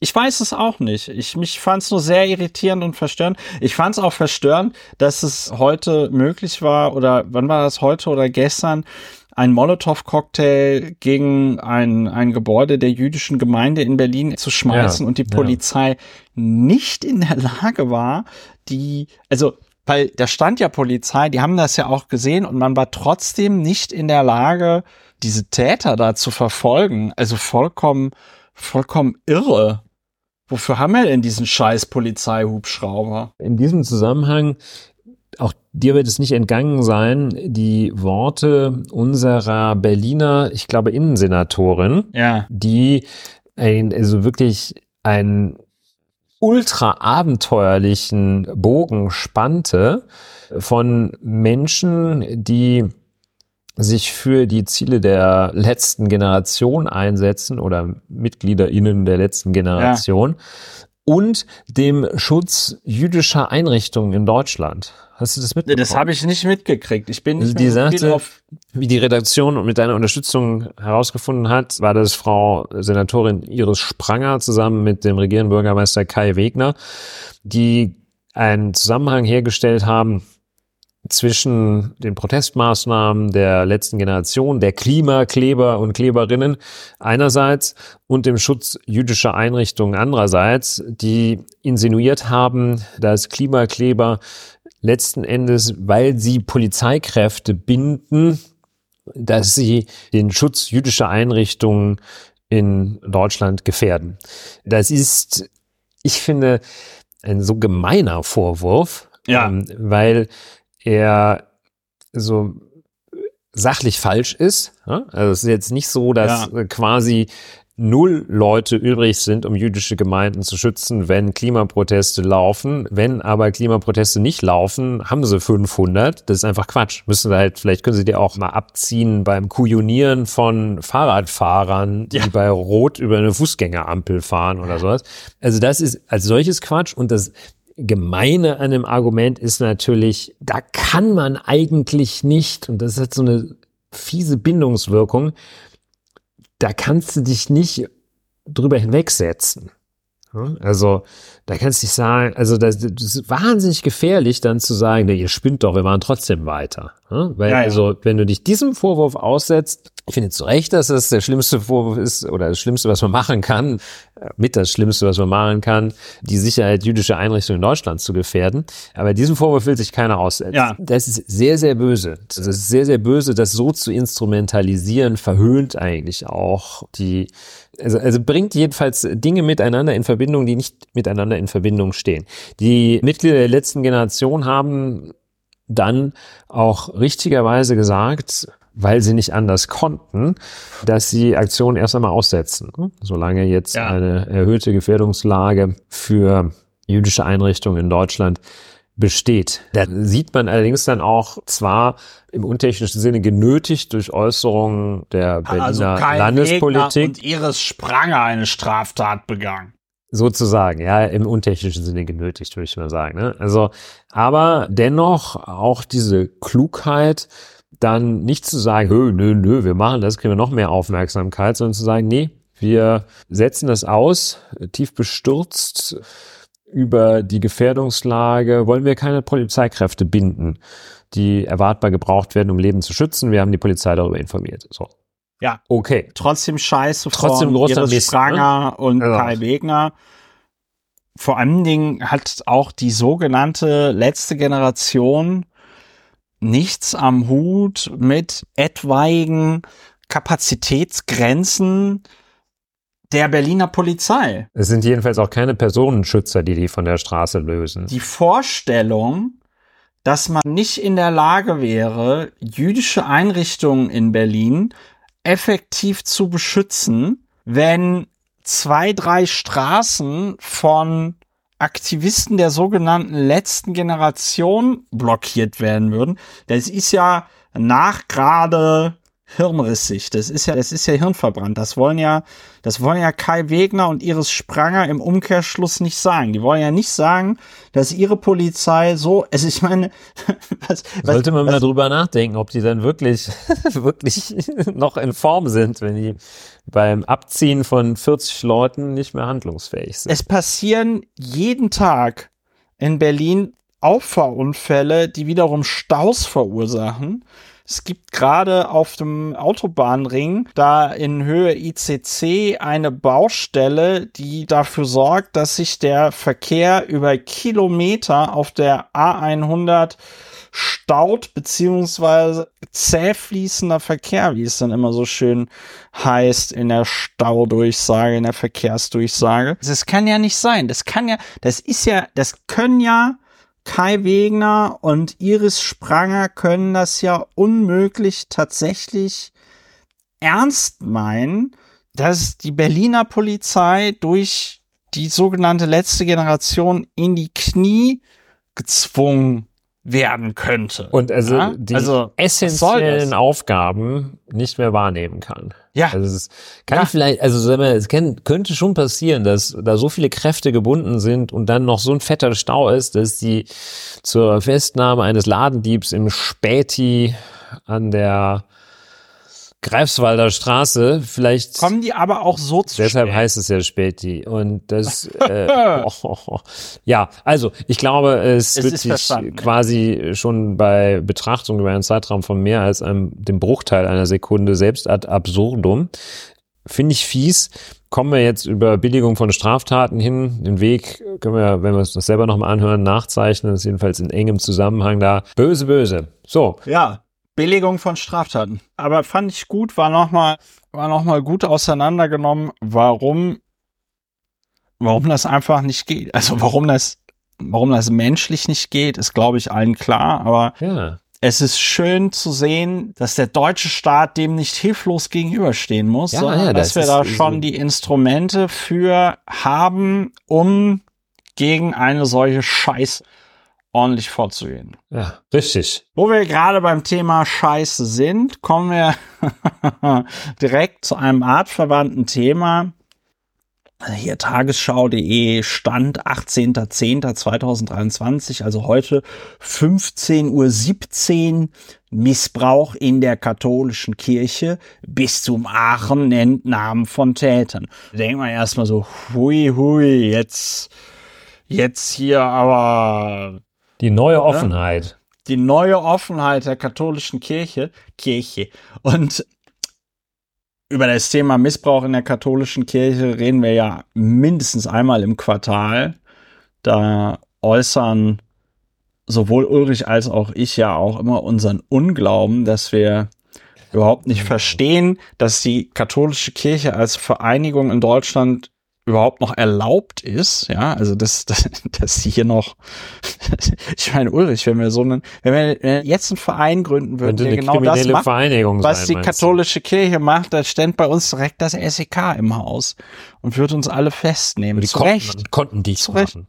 S1: ich weiß es auch nicht. Ich mich fand es nur sehr irritierend und verstörend. Ich fand es auch verstörend, dass es heute möglich war oder wann war das heute oder gestern, ein Molotow-Cocktail gegen ein, ein Gebäude der jüdischen Gemeinde in Berlin zu schmeißen ja, und die Polizei ja. nicht in der Lage war, die, also, weil da stand ja Polizei, die haben das ja auch gesehen und man war trotzdem nicht in der Lage, diese Täter da zu verfolgen. Also vollkommen, vollkommen irre. Wofür haben wir denn diesen scheiß Polizeihubschrauber?
S2: In diesem Zusammenhang auch dir wird es nicht entgangen sein, die Worte unserer Berliner, ich glaube, Innensenatorin,
S1: ja.
S2: die ein, also wirklich einen ultra abenteuerlichen Bogen spannte von Menschen, die sich für die Ziele der letzten Generation einsetzen oder MitgliederInnen der letzten Generation ja. und dem Schutz jüdischer Einrichtungen in Deutschland. Hast du das mitbekommen?
S1: Das habe ich nicht mitgekriegt. Ich bin nicht
S2: also die sagte, wie die Redaktion mit deiner Unterstützung herausgefunden hat, war das Frau Senatorin Iris Spranger zusammen mit dem regierenden Bürgermeister Kai Wegner, die einen Zusammenhang hergestellt haben zwischen den Protestmaßnahmen der letzten Generation, der Klimakleber und Kleberinnen einerseits und dem Schutz jüdischer Einrichtungen andererseits, die insinuiert haben, dass Klimakleber letzten Endes, weil sie Polizeikräfte binden, dass sie den Schutz jüdischer Einrichtungen in Deutschland gefährden. Das ist, ich finde, ein so gemeiner Vorwurf,
S1: Ja.
S2: ähm, weil er so äh, sachlich falsch ist. ja? Also es ist jetzt nicht so, dass äh, quasi null Leute übrig sind, um jüdische Gemeinden zu schützen, wenn Klimaproteste laufen. Wenn aber Klimaproteste nicht laufen, haben sie 500. Das ist einfach Quatsch. Müssen sie halt, vielleicht können sie die auch mal abziehen beim Kujonieren von Fahrradfahrern, die
S1: Ja.
S2: bei Rot über eine Fußgängerampel fahren oder sowas. Also das ist als solches Quatsch und das Gemeine an dem Argument ist natürlich, da kann man eigentlich nicht, und das hat so eine fiese Bindungswirkung, da kannst du dich nicht drüber hinwegsetzen. Ja, Also, da kannst du nicht sagen, also das, das ist wahnsinnig gefährlich, dann zu sagen, nee, ihr spinnt doch, wir machen trotzdem weiter. Ja, Weil,
S1: Ja, ja.
S2: also, wenn du dich diesem Vorwurf aussetzt, ich finde zu Recht, dass das der schlimmste Vorwurf ist oder das Schlimmste, was man machen kann, äh, mit das Schlimmste, was man machen kann, die Sicherheit jüdischer Einrichtungen in Deutschland zu gefährden. Aber diesem Vorwurf will sich keiner aussetzen.
S1: Ja.
S2: Das ist sehr, sehr böse. Das ist sehr, sehr böse, das so zu instrumentalisieren, verhöhnt eigentlich auch die, also, also bringt jedenfalls Dinge miteinander in Verbindung, die nicht miteinander in Verbindung stehen. Die Mitglieder der letzten Generation haben dann auch richtigerweise gesagt, weil sie nicht anders konnten, dass sie Aktionen erst einmal aussetzen, ne? solange jetzt
S1: Ja.
S2: eine erhöhte Gefährdungslage für jüdische Einrichtungen in Deutschland besteht. Da sieht man allerdings dann auch zwar im untechnischen Sinne genötigt durch Äußerungen der Berliner
S1: also kein
S2: Landespolitik.
S1: Gegner und ihres Spranger eine Straftat begangen.
S2: Sozusagen, ja, im untechnischen Sinne genötigt, würde ich mal sagen. Ne? Also, aber dennoch auch diese Klugheit, dann nicht zu sagen, hö, nö, nö, wir machen das, kriegen wir noch mehr Aufmerksamkeit, sondern zu sagen, nee, wir setzen das aus, tief bestürzt über die Gefährdungslage, wollen wir keine Polizeikräfte binden, die erwartbar gebraucht werden, um Leben zu schützen. Wir haben die Polizei darüber informiert. So.
S1: Ja.
S2: Okay.
S1: Trotzdem scheiße
S2: Trotzdem
S1: von
S2: großer
S1: ihres
S2: Mist, ne?
S1: Spranger und
S2: Also.
S1: Kai Wegner. Vor allen Dingen hat auch die sogenannte letzte Generation nichts am Hut mit etwaigen Kapazitätsgrenzen der Berliner Polizei.
S2: Es sind jedenfalls auch keine Personenschützer, die die von der Straße lösen.
S1: die Vorstellung, dass man nicht in der Lage wäre, jüdische Einrichtungen in Berlin effektiv zu beschützen, wenn zwei, drei Straßen von Aktivisten der sogenannten letzten Generation blockiert werden würden. Das ist ja nachgrade hirnrissig. Das ist ja, das ist ja hirnverbrannt. Das wollen ja, das wollen ja Kai Wegner und Iris Spranger im Umkehrschluss nicht sagen. Die wollen ja nicht sagen, dass ihre Polizei so, also ich meine, was, was,
S2: Sollte man mal drüber nachdenken, ob die dann wirklich, wirklich noch in Form sind, wenn die beim Abziehen von 40 Leuten nicht mehr handlungsfähig sind.
S1: es passieren jeden Tag in Berlin Auffahrunfälle, die wiederum Staus verursachen. Es gibt gerade auf dem Autobahnring da in Höhe ICC eine Baustelle, die dafür sorgt, dass sich der Verkehr über Kilometer auf der A100 staut, beziehungsweise zäh fließender Verkehr, wie es dann immer so schön heißt in der Staudurchsage, in der Verkehrsdurchsage. Das kann ja nicht sein. Das kann ja, das ist ja, das können ja Kai Wegner und Iris Spranger können das ja unmöglich tatsächlich ernst meinen, dass die Berliner Polizei durch die sogenannte letzte Generation in die Knie gezwungen werden könnte.
S2: Und also
S1: Ja?
S2: die
S1: Also, was soll
S2: essentiellen
S1: das?
S2: Aufgaben nicht mehr wahrnehmen kann.
S1: ja,
S2: Also es kann
S1: Ja.
S2: vielleicht, also sagen wir, es kann, könnte schon passieren, dass da so viele Kräfte gebunden sind und dann noch so ein fetter Stau ist, dass die zur Festnahme eines Ladendiebs im Späti an der Greifswalder Straße vielleicht
S1: kommen die aber auch so zu
S2: Deshalb
S1: spät.
S2: heißt es ja Späti. Und das, äh, oh, oh, oh. ja, also ich glaube, es,
S1: Es
S2: wird
S1: ist
S2: sich
S1: verstanden.
S2: quasi schon bei Betrachtung über einen Zeitraum von mehr als einem, dem Bruchteil einer Sekunde selbst ad absurdum. Finde ich fies. Kommen wir jetzt über Billigung von Straftaten hin. Den Weg können wir, wenn wir uns das selber nochmal anhören, nachzeichnen. Das ist jedenfalls in engem Zusammenhang da. Böse, böse. So,
S1: Ja, Belegung von Straftaten. Aber fand ich gut, war nochmal war noch mal gut auseinandergenommen, warum, warum das einfach nicht geht. Also warum das, warum das menschlich nicht geht, ist, glaube ich, allen klar. Aber
S2: Ja.
S1: es ist schön zu sehen, dass der deutsche Staat dem nicht hilflos gegenüberstehen muss,
S2: Ja,
S1: sondern
S2: ja,
S1: dass
S2: das
S1: wir
S2: ist-
S1: da
S2: ist-
S1: schon die Instrumente für haben, um gegen eine solche Scheiß ordentlich vorzugehen.
S2: Ja, richtig.
S1: Wo wir gerade beim Thema Scheiße sind, kommen wir direkt zu einem artverwandten Thema. Also Hier tagesschau.de Stand 18.10.2023, also heute 15.17 Uhr. Missbrauch in der katholischen Kirche. Bistum Aachen nennt Namen von Tätern. Denkt man erstmal so, hui, hui, jetzt, jetzt hier aber
S2: Die neue Offenheit.
S1: die neue Offenheit der katholischen Kirche, Kirche. Und über das Thema Missbrauch in der katholischen Kirche reden wir ja mindestens einmal im Quartal. Da äußern sowohl Ulrich als auch ich ja auch immer unseren Unglauben, dass wir überhaupt nicht verstehen, dass die katholische Kirche als Vereinigung in Deutschland überhaupt noch erlaubt ist, ja, also dass, dass, dass sie hier noch, ich meine, Ulrich, wenn wir so einen, wenn wir wenn wir jetzt einen Verein gründen würden,
S2: Könnte
S1: der
S2: eine
S1: genau das
S2: kriminelle
S1: macht,
S2: Vereinigung
S1: was
S2: sein.
S1: die
S2: meinst du?
S1: katholische Kirche macht, da stand bei uns direkt das SEK im Haus und wird uns alle festnehmen.
S2: Die
S1: Zu
S2: konnten,
S1: Recht.
S2: konnten dicht
S1: Zu Recht.
S2: machen.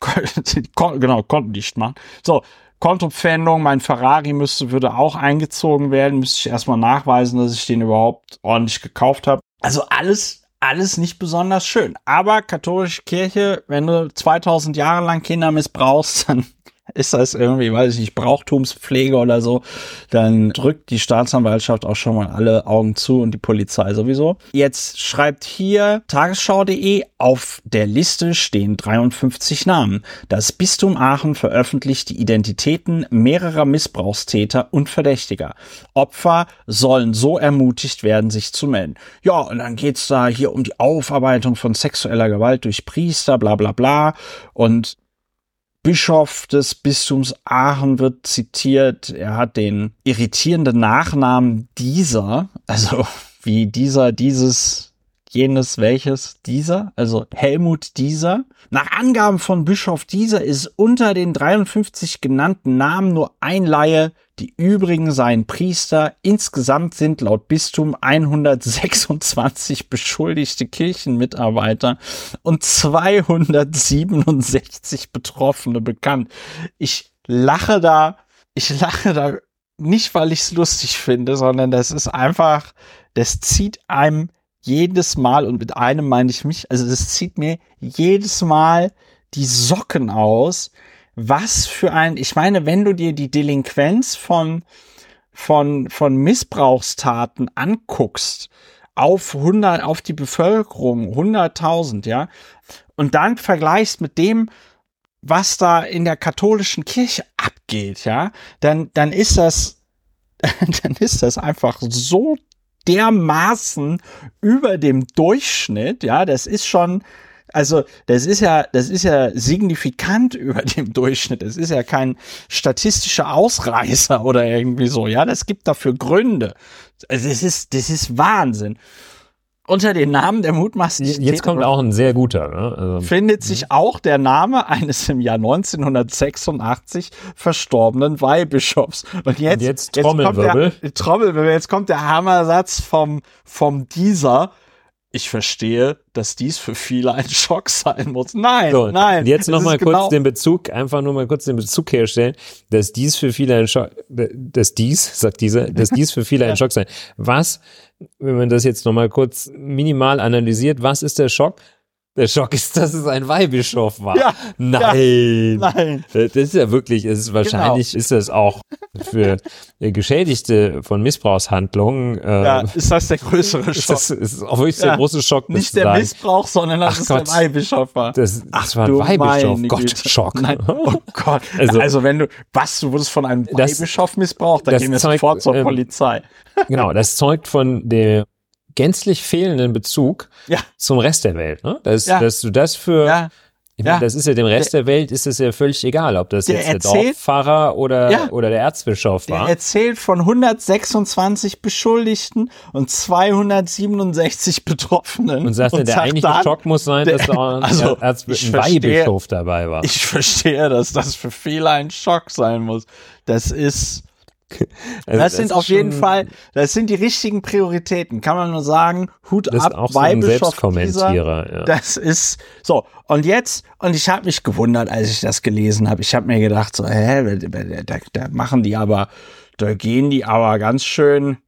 S1: Kon genau, Kontendicht machen. So, Kontopfändung, mein Ferrari müsste, würde auch eingezogen werden, müsste ich erstmal nachweisen, dass ich den überhaupt ordentlich gekauft habe. Also alles, alles nicht besonders schön. Aber katholische Kirche, wenn du 2000 Jahre lang Kinder missbrauchst, dann ist das irgendwie, weiß ich nicht, Brauchtumspflege oder so, dann drückt die Staatsanwaltschaft auch schon mal alle Augen zu und die Polizei sowieso. Jetzt schreibt hier tagesschau.de, auf der Liste stehen 53 Namen. Das Bistum Aachen veröffentlicht die Identitäten mehrerer Missbrauchstäter und Verdächtiger. Opfer sollen so ermutigt werden, sich zu melden. Ja, und dann geht's da hier um die Aufarbeitung von sexueller Gewalt durch Priester, bla bla bla. Und Bischof des Bistums Aachen wird zitiert. Er hat den irritierenden Nachnamen dieser, also wie dieser, dieses, jenes, welches, dieser, also Helmut dieser. Nach Angaben von Bischof dieser ist unter den 53 genannten Namen nur ein Laie, die übrigen seien Priester. Insgesamt sind laut Bistum 126 beschuldigte Kirchenmitarbeiter und 267 Betroffene bekannt. Ich lache da, ich lache da nicht, weil ich es lustig finde, sondern das ist einfach, das zieht einem jedes Mal, und mit einem meine ich mich, also das zieht mir jedes Mal die Socken aus. Was für ein, ich meine, wenn du dir die Delinquenz von, von, von Missbrauchstaten anguckst, auf 100, auf die Bevölkerung, 100.000, ja, und dann vergleichst mit dem, was da in der katholischen Kirche abgeht, ja, dann, dann ist das, dann ist das einfach so dermaßen über dem Durchschnitt, ja, das ist schon, also das ist ja, das ist ja signifikant über dem Durchschnitt. Das ist ja kein statistischer Ausreißer oder irgendwie so, ja, das gibt dafür Gründe. Also das ist, das ist Wahnsinn. Unter den Namen der mutmaßlichen
S2: Jetzt kommt
S1: Täter-
S2: auch ein sehr guter. Ne? Also,
S1: findet sich auch der Name eines im Jahr 1986 verstorbenen Weihbischofs. Und jetzt,
S2: Und jetzt
S1: Kommt
S2: Trommelwirbel.
S1: der, Trommelwirbel, jetzt kommt der Hammersatz vom, vom dieser. Ich verstehe, dass dies für viele ein Schock sein muss. Nein,
S2: so,
S1: nein.
S2: jetzt
S1: es
S2: noch
S1: ist
S2: mal kurz
S1: genau-
S2: den Bezug, einfach nur mal kurz den Bezug herstellen, dass dies für viele ein Schock, dass dies, sagt dieser, dass dies für viele ein Schock sein. Was, wenn man das jetzt noch mal kurz minimal analysiert, was ist der Schock? Der Schock ist, dass es ein Weihbischof war.
S1: Ja,
S2: nein.
S1: Nein. Genau.
S2: Das ist ja wirklich, es ist wahrscheinlich ist das auch für äh, Geschädigte von Missbrauchshandlungen. Äh,
S1: Ja, ist das der größere
S2: ist
S1: Schock?
S2: das ist auch wirklich
S1: Ja.
S2: der große Schock, das
S1: Nicht
S2: zu
S1: der
S2: sagen,
S1: Missbrauch, sondern dass
S2: Ach
S1: es der
S2: Gott.
S1: Weihbischof war.
S2: Das, das war ein
S1: du
S2: Weihbischof.
S1: meine
S2: Gott,
S1: Güte.
S2: Schock.
S1: Nein, oh Gott. Also,
S2: Also-
S1: wenn du, was, du wurdest von einem
S2: Das-
S1: Weihbischof missbraucht, dann
S2: das
S1: gehen wir
S2: Zeug,
S1: sofort zur
S2: ähm,
S1: Polizei.
S2: Genau, das zeugt von dem gänzlich fehlenden Bezug
S1: Ja.
S2: zum Rest der Welt. Ne? Dass,
S1: Ja.
S2: dass du das für
S1: Ja,
S2: Ich meine,
S1: Ja.
S2: das ist ja dem Rest der, Welt ist es ja völlig egal, ob das
S1: Der
S2: jetzt der
S1: erzählt-
S2: Dorffahrer oder,
S1: Ja.
S2: oder der Erzbischof
S1: Er
S2: war.
S1: erzählt von 126 Beschuldigten und 267 Betroffenen.
S2: und sagst, der eigentliche
S1: dann,
S2: Schock muss sein, dass da auch ein,
S1: also,
S2: Erz
S1: ich
S2: ein
S1: verstehe-
S2: Weihbischof dabei war.
S1: Ich verstehe, dass das für viele ein Schock sein muss. Das ist,
S2: Also
S1: das, sind
S2: ist
S1: auf jeden
S2: schon-
S1: Fall, das sind die richtigen Prioritäten. Kann man nur sagen, Hut
S2: Das ist
S1: ab,
S2: auch so ein
S1: Weihbischof dieser.
S2: Selbstkommentierer. Ja.
S1: Das ist so. Und jetzt, und ich habe mich gewundert, als ich das gelesen habe. Ich habe mir gedacht, so, hä, da, da, da machen die aber, da gehen die aber ganz schön,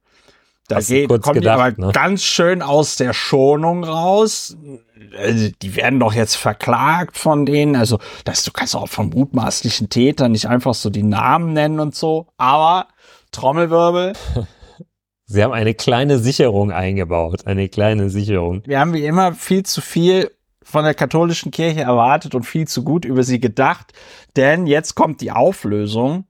S1: da
S2: Hast du
S1: geht,
S2: kurz
S1: kommen die
S2: gedacht,
S1: aber
S2: ne?
S1: ganz schön aus der Schonung raus. Also, die werden doch jetzt verklagt von denen. Also, das, du kannst auch vom mutmaßlichen Täter nicht einfach so die Namen nennen und so. Aber Trommelwirbel,
S2: Sie haben eine kleine Sicherung eingebaut. Eine kleine Sicherung.
S1: wir haben wie immer viel zu viel von der katholischen Kirche erwartet und viel zu gut über sie gedacht, denn jetzt kommt die Auflösung.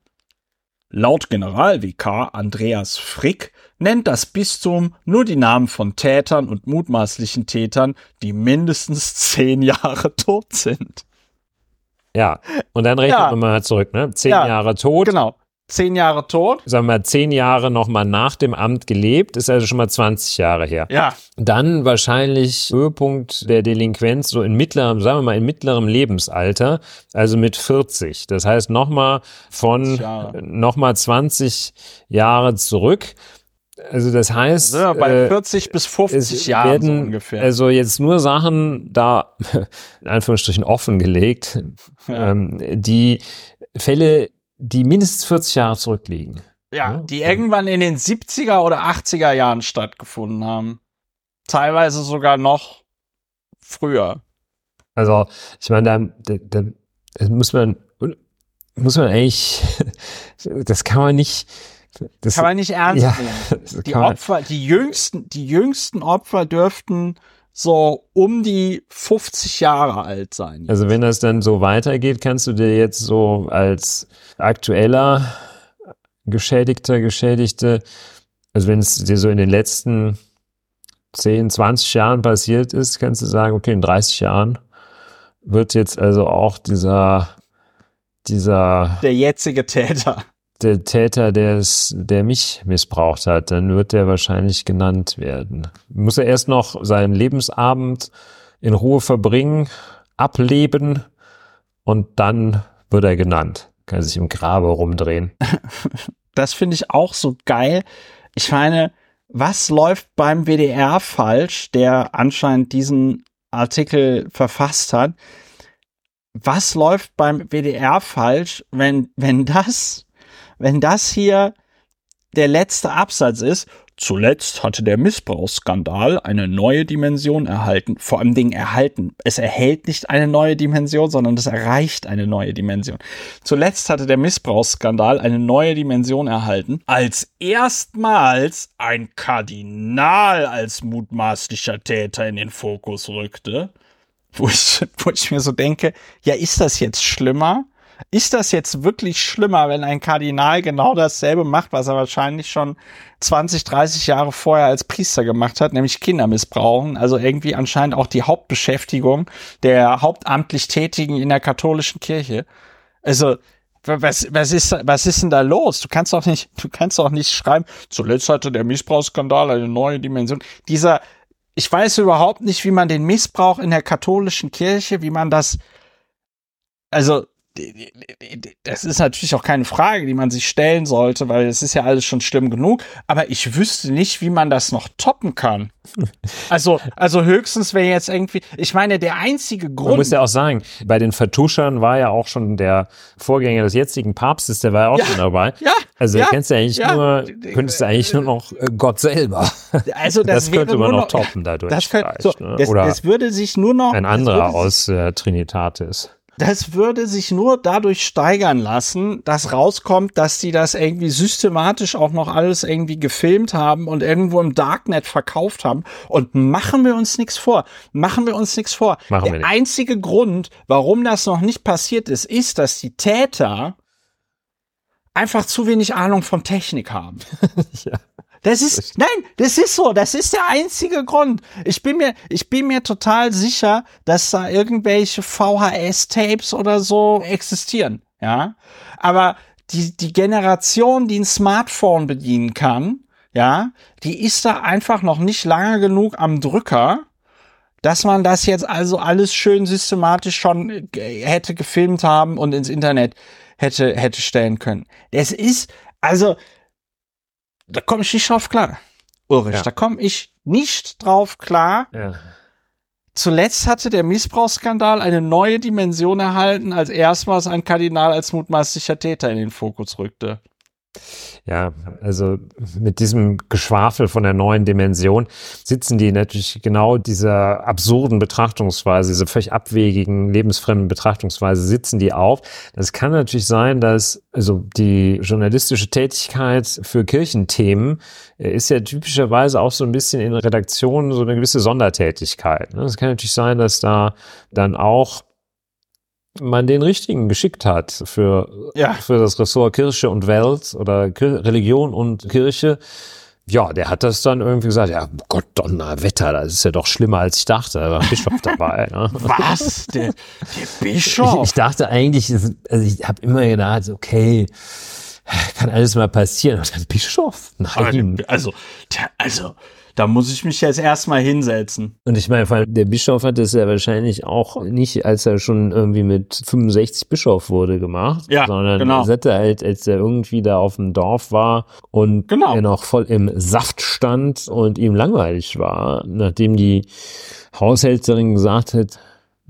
S1: Laut Generalvikar Andreas Frick nennt das Bistum nur die Namen von Tätern und mutmaßlichen Tätern, die mindestens zehn Jahre tot sind.
S2: Ja. Und dann rechnet
S1: Ja.
S2: man mal zurück, ne? Zehn
S1: Ja.
S2: Jahre tot.
S1: Genau. Zehn Jahre tot?
S2: Sagen wir mal, zehn Jahre nochmal nach dem Amt gelebt, ist also schon mal 20 Jahre her.
S1: Ja.
S2: Dann wahrscheinlich Höhepunkt der Delinquenz so in mittlerem, sagen wir mal, in mittlerem Lebensalter, also mit 40. Das heißt nochmal von
S1: 20 Jahre.
S2: nochmal 20 Jahre zurück. Also das heißt,
S1: Sind wir bei
S2: äh,
S1: 40 bis 50
S2: es
S1: Jahren so
S2: werden
S1: ungefähr.
S2: also jetzt nur Sachen da in Anführungsstrichen offengelegt,
S1: Ja.
S2: ähm, die Fälle, die mindestens 40 Jahre zurückliegen.
S1: Ja, die irgendwann in den 70er oder 80er Jahren stattgefunden haben. Teilweise sogar noch früher.
S2: Also, ich meine, da, da, da das muss man, muss man eigentlich, das kann man nicht, das
S1: Kann man nicht ernst
S2: ja,
S1: nehmen.
S2: das
S1: Die
S2: kann man,
S1: Opfer, die jüngsten, die jüngsten Opfer dürften so um die 50 Jahre alt sein.
S2: also wenn das dann so weitergeht, kannst du dir jetzt so als aktueller Geschädigter, Geschädigte, also wenn es dir so in den letzten 10, 20 Jahren passiert ist, kannst du sagen, okay, in 30 Jahren wird jetzt also auch dieser, dieser
S1: der jetzige Täter.
S2: der Täter, der es, der mich missbraucht hat, dann wird der wahrscheinlich genannt werden. Muss er erst noch seinen Lebensabend in Ruhe verbringen, ableben und dann wird er genannt. Kann sich im Grabe rumdrehen.
S1: Das finde ich auch so geil. Ich meine, was läuft beim WDR falsch, der anscheinend diesen Artikel verfasst hat? Was läuft beim WDR falsch, wenn, wenn das, wenn das hier der letzte Absatz ist? Zuletzt hatte der Missbrauchsskandal eine neue Dimension erhalten. Vor allem Dingen erhalten. Es erhält nicht eine neue Dimension, sondern es erreicht eine neue Dimension. Zuletzt hatte der Missbrauchsskandal eine neue Dimension erhalten, als erstmals ein Kardinal als mutmaßlicher Täter in den Fokus rückte. Wo ich, wo ich mir so denke, ja, ist das jetzt schlimmer? Ist das jetzt wirklich schlimmer, wenn ein Kardinal genau dasselbe macht, was er wahrscheinlich schon 20, 30 Jahre vorher als Priester gemacht hat, nämlich Kinder missbrauchen? Also irgendwie anscheinend auch die Hauptbeschäftigung der hauptamtlich Tätigen in der katholischen Kirche. Also, wa- was, was, ist, was ist denn da los? Du kannst doch nicht, du kannst doch nicht schreiben, zuletzt hatte der Missbrauchsskandal eine neue Dimension. Dieser, ich weiß überhaupt nicht, wie man den Missbrauch in der katholischen Kirche, wie man das, also, die- die- die- die- das ist natürlich auch keine Frage, die man sich stellen sollte, weil es ist ja alles schon schlimm genug. Aber ich wüsste nicht, wie man das noch toppen kann. Also, also höchstens wäre jetzt irgendwie, ich meine, der einzige
S2: Man muss
S1: Grund,
S2: ja auch sagen, bei den Vertuschern war ja auch schon der Vorgänger des jetzigen Papstes, der war ja auch schon dabei.
S1: ja,
S2: Also
S1: ja,
S2: kennst du eigentlich
S1: ja.
S2: nur, könntest du eigentlich nur noch äh, Gott selber.
S1: also das,
S2: Das, könnte
S1: wäre
S2: man
S1: nur
S2: noch toppen dadurch.
S1: Das, könnte, so,
S2: vielleicht, ne?
S1: das,
S2: Oder
S1: das würde sich nur noch
S2: ein
S1: das
S2: anderer
S1: würde,
S2: aus äh, Trinitatis.
S1: Das würde sich nur dadurch steigern lassen, dass rauskommt, dass die das irgendwie systematisch auch noch alles irgendwie gefilmt haben und irgendwo im Darknet verkauft haben. Und machen wir uns nichts vor. Machen wir uns nichts vor.
S2: Machen wir
S1: Der
S2: nicht.
S1: einzige Grund, warum das noch nicht passiert ist, ist, dass die Täter einfach zu wenig Ahnung von Technik haben. Das ist, nein, das ist so. Das ist der einzige Grund. Ich bin mir, ich bin mir total sicher, dass da irgendwelche VHS-Tapes oder so existieren. Ja. Aber die, die Generation, die ein Smartphone bedienen kann, ja, die ist da einfach noch nicht lange genug am Drücker, dass man das jetzt also alles schön systematisch schon äh, hätte gefilmt haben und ins Internet hätte, hätte stellen können. Das ist, also, da komme ich nicht drauf klar, Ulrich.
S2: Ja.
S1: Da komme ich nicht drauf klar.
S2: Ja.
S1: Zuletzt hatte der Missbrauchsskandal eine neue Dimension erhalten, als erstmals ein Kardinal als mutmaßlicher Täter in den Fokus rückte.
S2: Ja, also mit diesem Geschwafel von der neuen Dimension sitzen die natürlich genau dieser absurden Betrachtungsweise, dieser völlig abwegigen, lebensfremden Betrachtungsweise sitzen die auf. Das kann natürlich sein, dass also die journalistische Tätigkeit für Kirchenthemen äh, ist ja typischerweise auch so ein bisschen in Redaktionen so eine gewisse Sondertätigkeit. ne? Es kann natürlich sein, dass da dann auch man den richtigen geschickt hat für
S1: Ja.
S2: für das Ressort Kirche und Welt oder Kir Religion und Kirche. Ja, der hat das dann irgendwie gesagt, ja, Gott, Donnerwetter, das ist ja doch schlimmer, als ich dachte. Da war ein Bischof dabei. Ne?
S1: Was? Der, der
S3: Ich,
S1: Bischof?
S3: ich dachte eigentlich, es- also ich habe immer gedacht, okay, kann alles mal passieren. Und dann Bischof?
S1: Aber
S3: Nein.
S1: der- also, der, also, da muss ich mich jetzt erstmal hinsetzen.
S3: Und ich meine, vor allem der Bischof hat das ja wahrscheinlich auch nicht, als er schon irgendwie mit 65 Bischof wurde gemacht,
S1: Ja,
S3: sondern
S1: genau.
S3: das hat er halt, als er irgendwie da auf dem Dorf war und
S1: Genau.
S3: er noch voll im Saft stand und ihm langweilig war, nachdem die Haushälterin gesagt hat,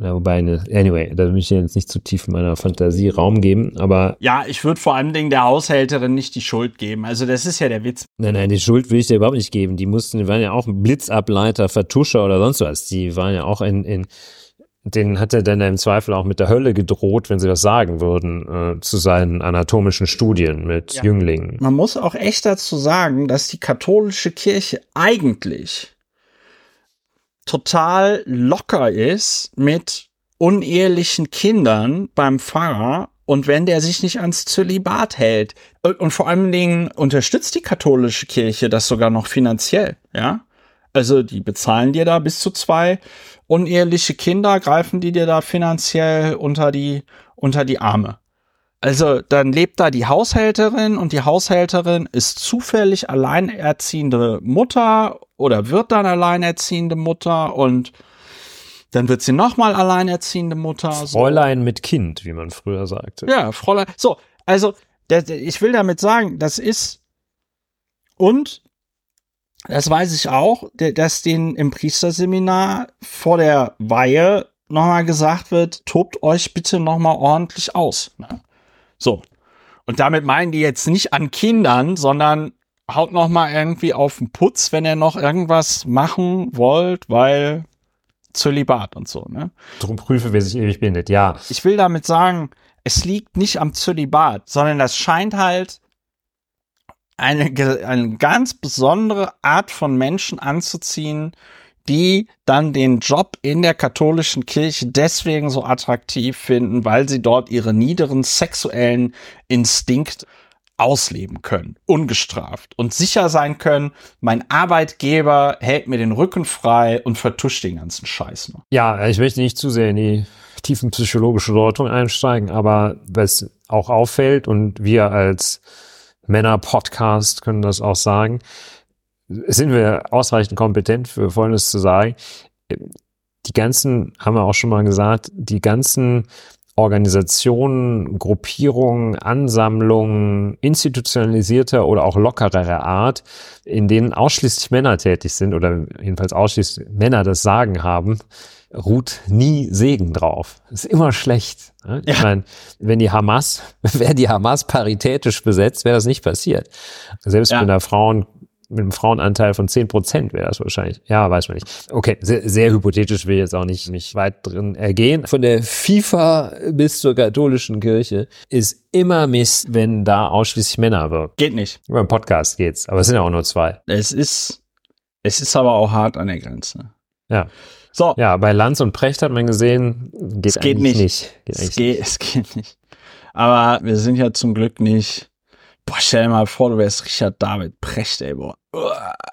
S3: na, wobei, eine, anyway, da will ich jetzt nicht zu tief meiner Fantasie Raum geben, aber
S1: Ja, ich würde vor allem der Haushälterin nicht die Schuld geben. Also, das ist ja der Witz.
S3: Nein, nein, die Schuld will ich dir überhaupt nicht geben. Die mussten, die waren ja auch ein Blitzableiter, Vertuscher oder sonst was. Die waren ja auch in, in denen hat er dann im Zweifel auch mit der Hölle gedroht, wenn sie was sagen würden, äh, zu seinen anatomischen Studien mit
S1: Ja.
S2: Hm.
S3: Jünglingen.
S1: Man muss auch echt dazu sagen, dass die katholische Kirche eigentlich total locker ist mit unehelichen Kindern beim Pfarrer und wenn der sich nicht ans Zölibat hält. Und und vor allen Dingen unterstützt die katholische Kirche das sogar noch finanziell, ja? Also die bezahlen dir da bis zu zwei uneheliche Kinder, greifen die dir da finanziell unter die, unter die Arme. Also dann lebt da die Haushälterin und die Haushälterin ist zufällig alleinerziehende Mutter oder wird dann alleinerziehende Mutter und dann wird sie nochmal alleinerziehende Mutter. so.
S2: Fräulein mit Kind, wie man früher sagte.
S1: Also- Ja, Fräulein. So, also das, ich will damit sagen, das ist und das weiß ich auch, de- dass denen im Priesterseminar vor der Weihe nochmal gesagt wird, tobt euch bitte nochmal ordentlich aus. Ne? So. Und damit meinen die jetzt nicht an Kindern, sondern haut nochmal irgendwie auf den Putz, wenn ihr noch irgendwas machen wollt, weil Zölibat und so, ne?
S2: Drum prüfe, wer sich ewig bindet. Ja,
S1: ich will damit sagen, es liegt nicht am Zölibat, sondern das scheint halt eine, ge- eine ganz besondere Art von Menschen anzuziehen, die dann den Job in der katholischen Kirche deswegen so attraktiv finden, weil sie dort ihre niederen sexuellen Instinkt ausleben können, ungestraft und sicher sein können, mein Arbeitgeber hält mir den Rücken frei und vertuscht den ganzen Scheiß noch.
S2: Ja, ich möchte nicht zu sehr in die tiefen psychologische Deutung einsteigen, aber was auch auffällt und wir als Männer-Podcast können das auch sagen, sind wir ausreichend kompetent für Folgendes zu sagen. Die ganzen, haben wir auch schon mal gesagt, die ganzen Organisationen, Gruppierungen, Ansammlungen institutionalisierter oder auch lockererer Art, in denen ausschließlich Männer tätig sind oder jedenfalls ausschließlich Männer das Sagen haben, ruht nie Segen drauf. Ist immer schlecht. ne? Ich
S1: Ja.
S2: meine, wenn die Hamas, wäre die Hamas paritätisch besetzt, wäre das nicht passiert. Selbst
S1: Ja.
S2: mit einer Frauen, mit einem Frauenanteil von 10 Prozent wäre das wahrscheinlich. Ja, weiß man nicht. Okay, sehr, sehr hypothetisch will ich jetzt auch nicht, nicht weit drin ergehen.
S3: Von der FIFA bis zur katholischen Kirche ist immer Mist, wenn da ausschließlich Männer wirken.
S1: Geht nicht.
S2: Über einen Podcast geht's, aber es sind ja auch nur zwei.
S1: Es ist, es ist aber auch hart an der Grenze.
S2: Ja.
S1: So,
S2: Ja, bei Lanz und Precht hat man gesehen, geht,
S1: Es geht
S2: eigentlich
S1: nicht.
S2: Geht
S1: es,
S2: eigentlich
S1: geht, es geht nicht. Aber wir sind ja zum Glück nicht. Boah, stell dir mal vor, du wärst Richard David Precht, ey, boah.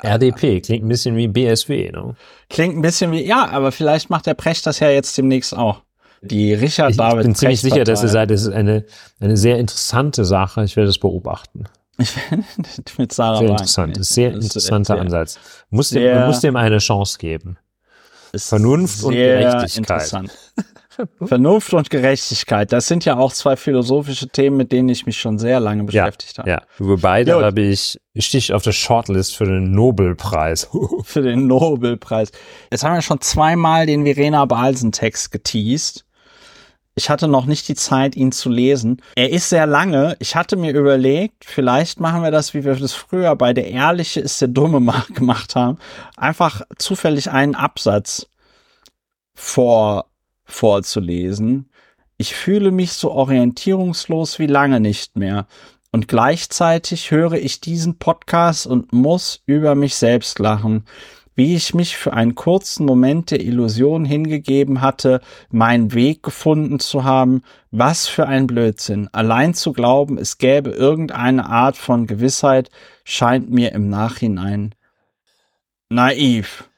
S2: RDP klingt ein bisschen wie BSW, ne?
S1: Klingt ein bisschen wie, ja, aber vielleicht macht der Precht das ja jetzt demnächst auch. Die Richard
S2: Ich
S1: David
S2: bin ziemlich
S1: Precht
S2: sicher, dass ihr
S1: Partei.
S2: seid. Es ist eine, eine sehr interessante Sache. Ich werde es beobachten.
S1: Ich mit Sarah
S2: Sehr
S1: Wagenknecht.
S2: interessant. Ist sehr
S1: Das ist
S2: interessanter
S1: sehr-
S2: Ansatz. Muss dem,
S1: sehr-
S2: man muss dem eine Chance geben.
S1: ist
S2: Vernunft und
S1: sehr
S2: Gerechtigkeit.
S1: Interessant. Vernunft und Gerechtigkeit, das sind ja auch zwei philosophische Themen, mit denen ich mich schon sehr lange beschäftigt habe.
S2: Ja. Über beide
S1: Gut.
S2: habe ich stich auf der Shortlist für den Nobelpreis.
S1: Für den Nobelpreis. Jetzt haben wir schon zweimal den Verena Balsen-Text geteased. Ich hatte noch nicht die Zeit, ihn zu lesen. Er ist sehr lange. Ich hatte mir überlegt, vielleicht machen wir das, wie wir das früher bei der Ehrliche ist der Dumme ma- gemacht haben. Einfach zufällig einen Absatz vor, vorzulesen. Ich fühle mich so orientierungslos wie lange nicht mehr. Und gleichzeitig höre ich diesen Podcast und muss über mich selbst lachen, wie ich mich für einen kurzen Moment der Illusion hingegeben hatte, meinen Weg gefunden zu haben. Was für ein Blödsinn. Allein zu glauben, es gäbe irgendeine Art von Gewissheit, scheint mir im Nachhinein naiv.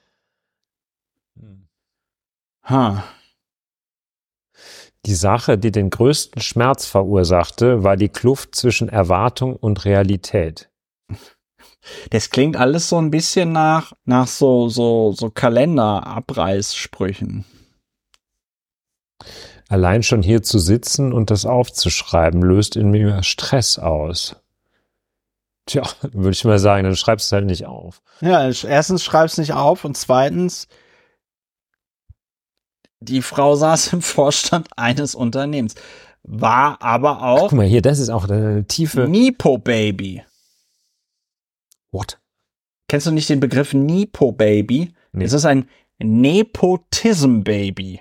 S1: Hm. Ha.
S2: Die Sache, die den größten Schmerz verursachte, war die Kluft zwischen Erwartung und Realität.
S1: Das klingt alles so ein bisschen nach, nach so, so, so Kalenderabreißsprüchen.
S2: Allein schon hier zu sitzen und das aufzuschreiben, löst in mir Stress aus. Tja, würde ich mal sagen, dann schreibst du halt nicht auf.
S1: Ja, ich- erstens schreib's nicht auf und zweitens, die Frau saß im Vorstand eines Unternehmens, war aber auch
S2: Guck mal hier, das ist auch eine tiefe.
S1: Nipo Baby.
S2: What?
S1: Kennst du nicht den Begriff Nipo Baby?
S2: Nee.
S1: Es ist ein Nepotism Baby.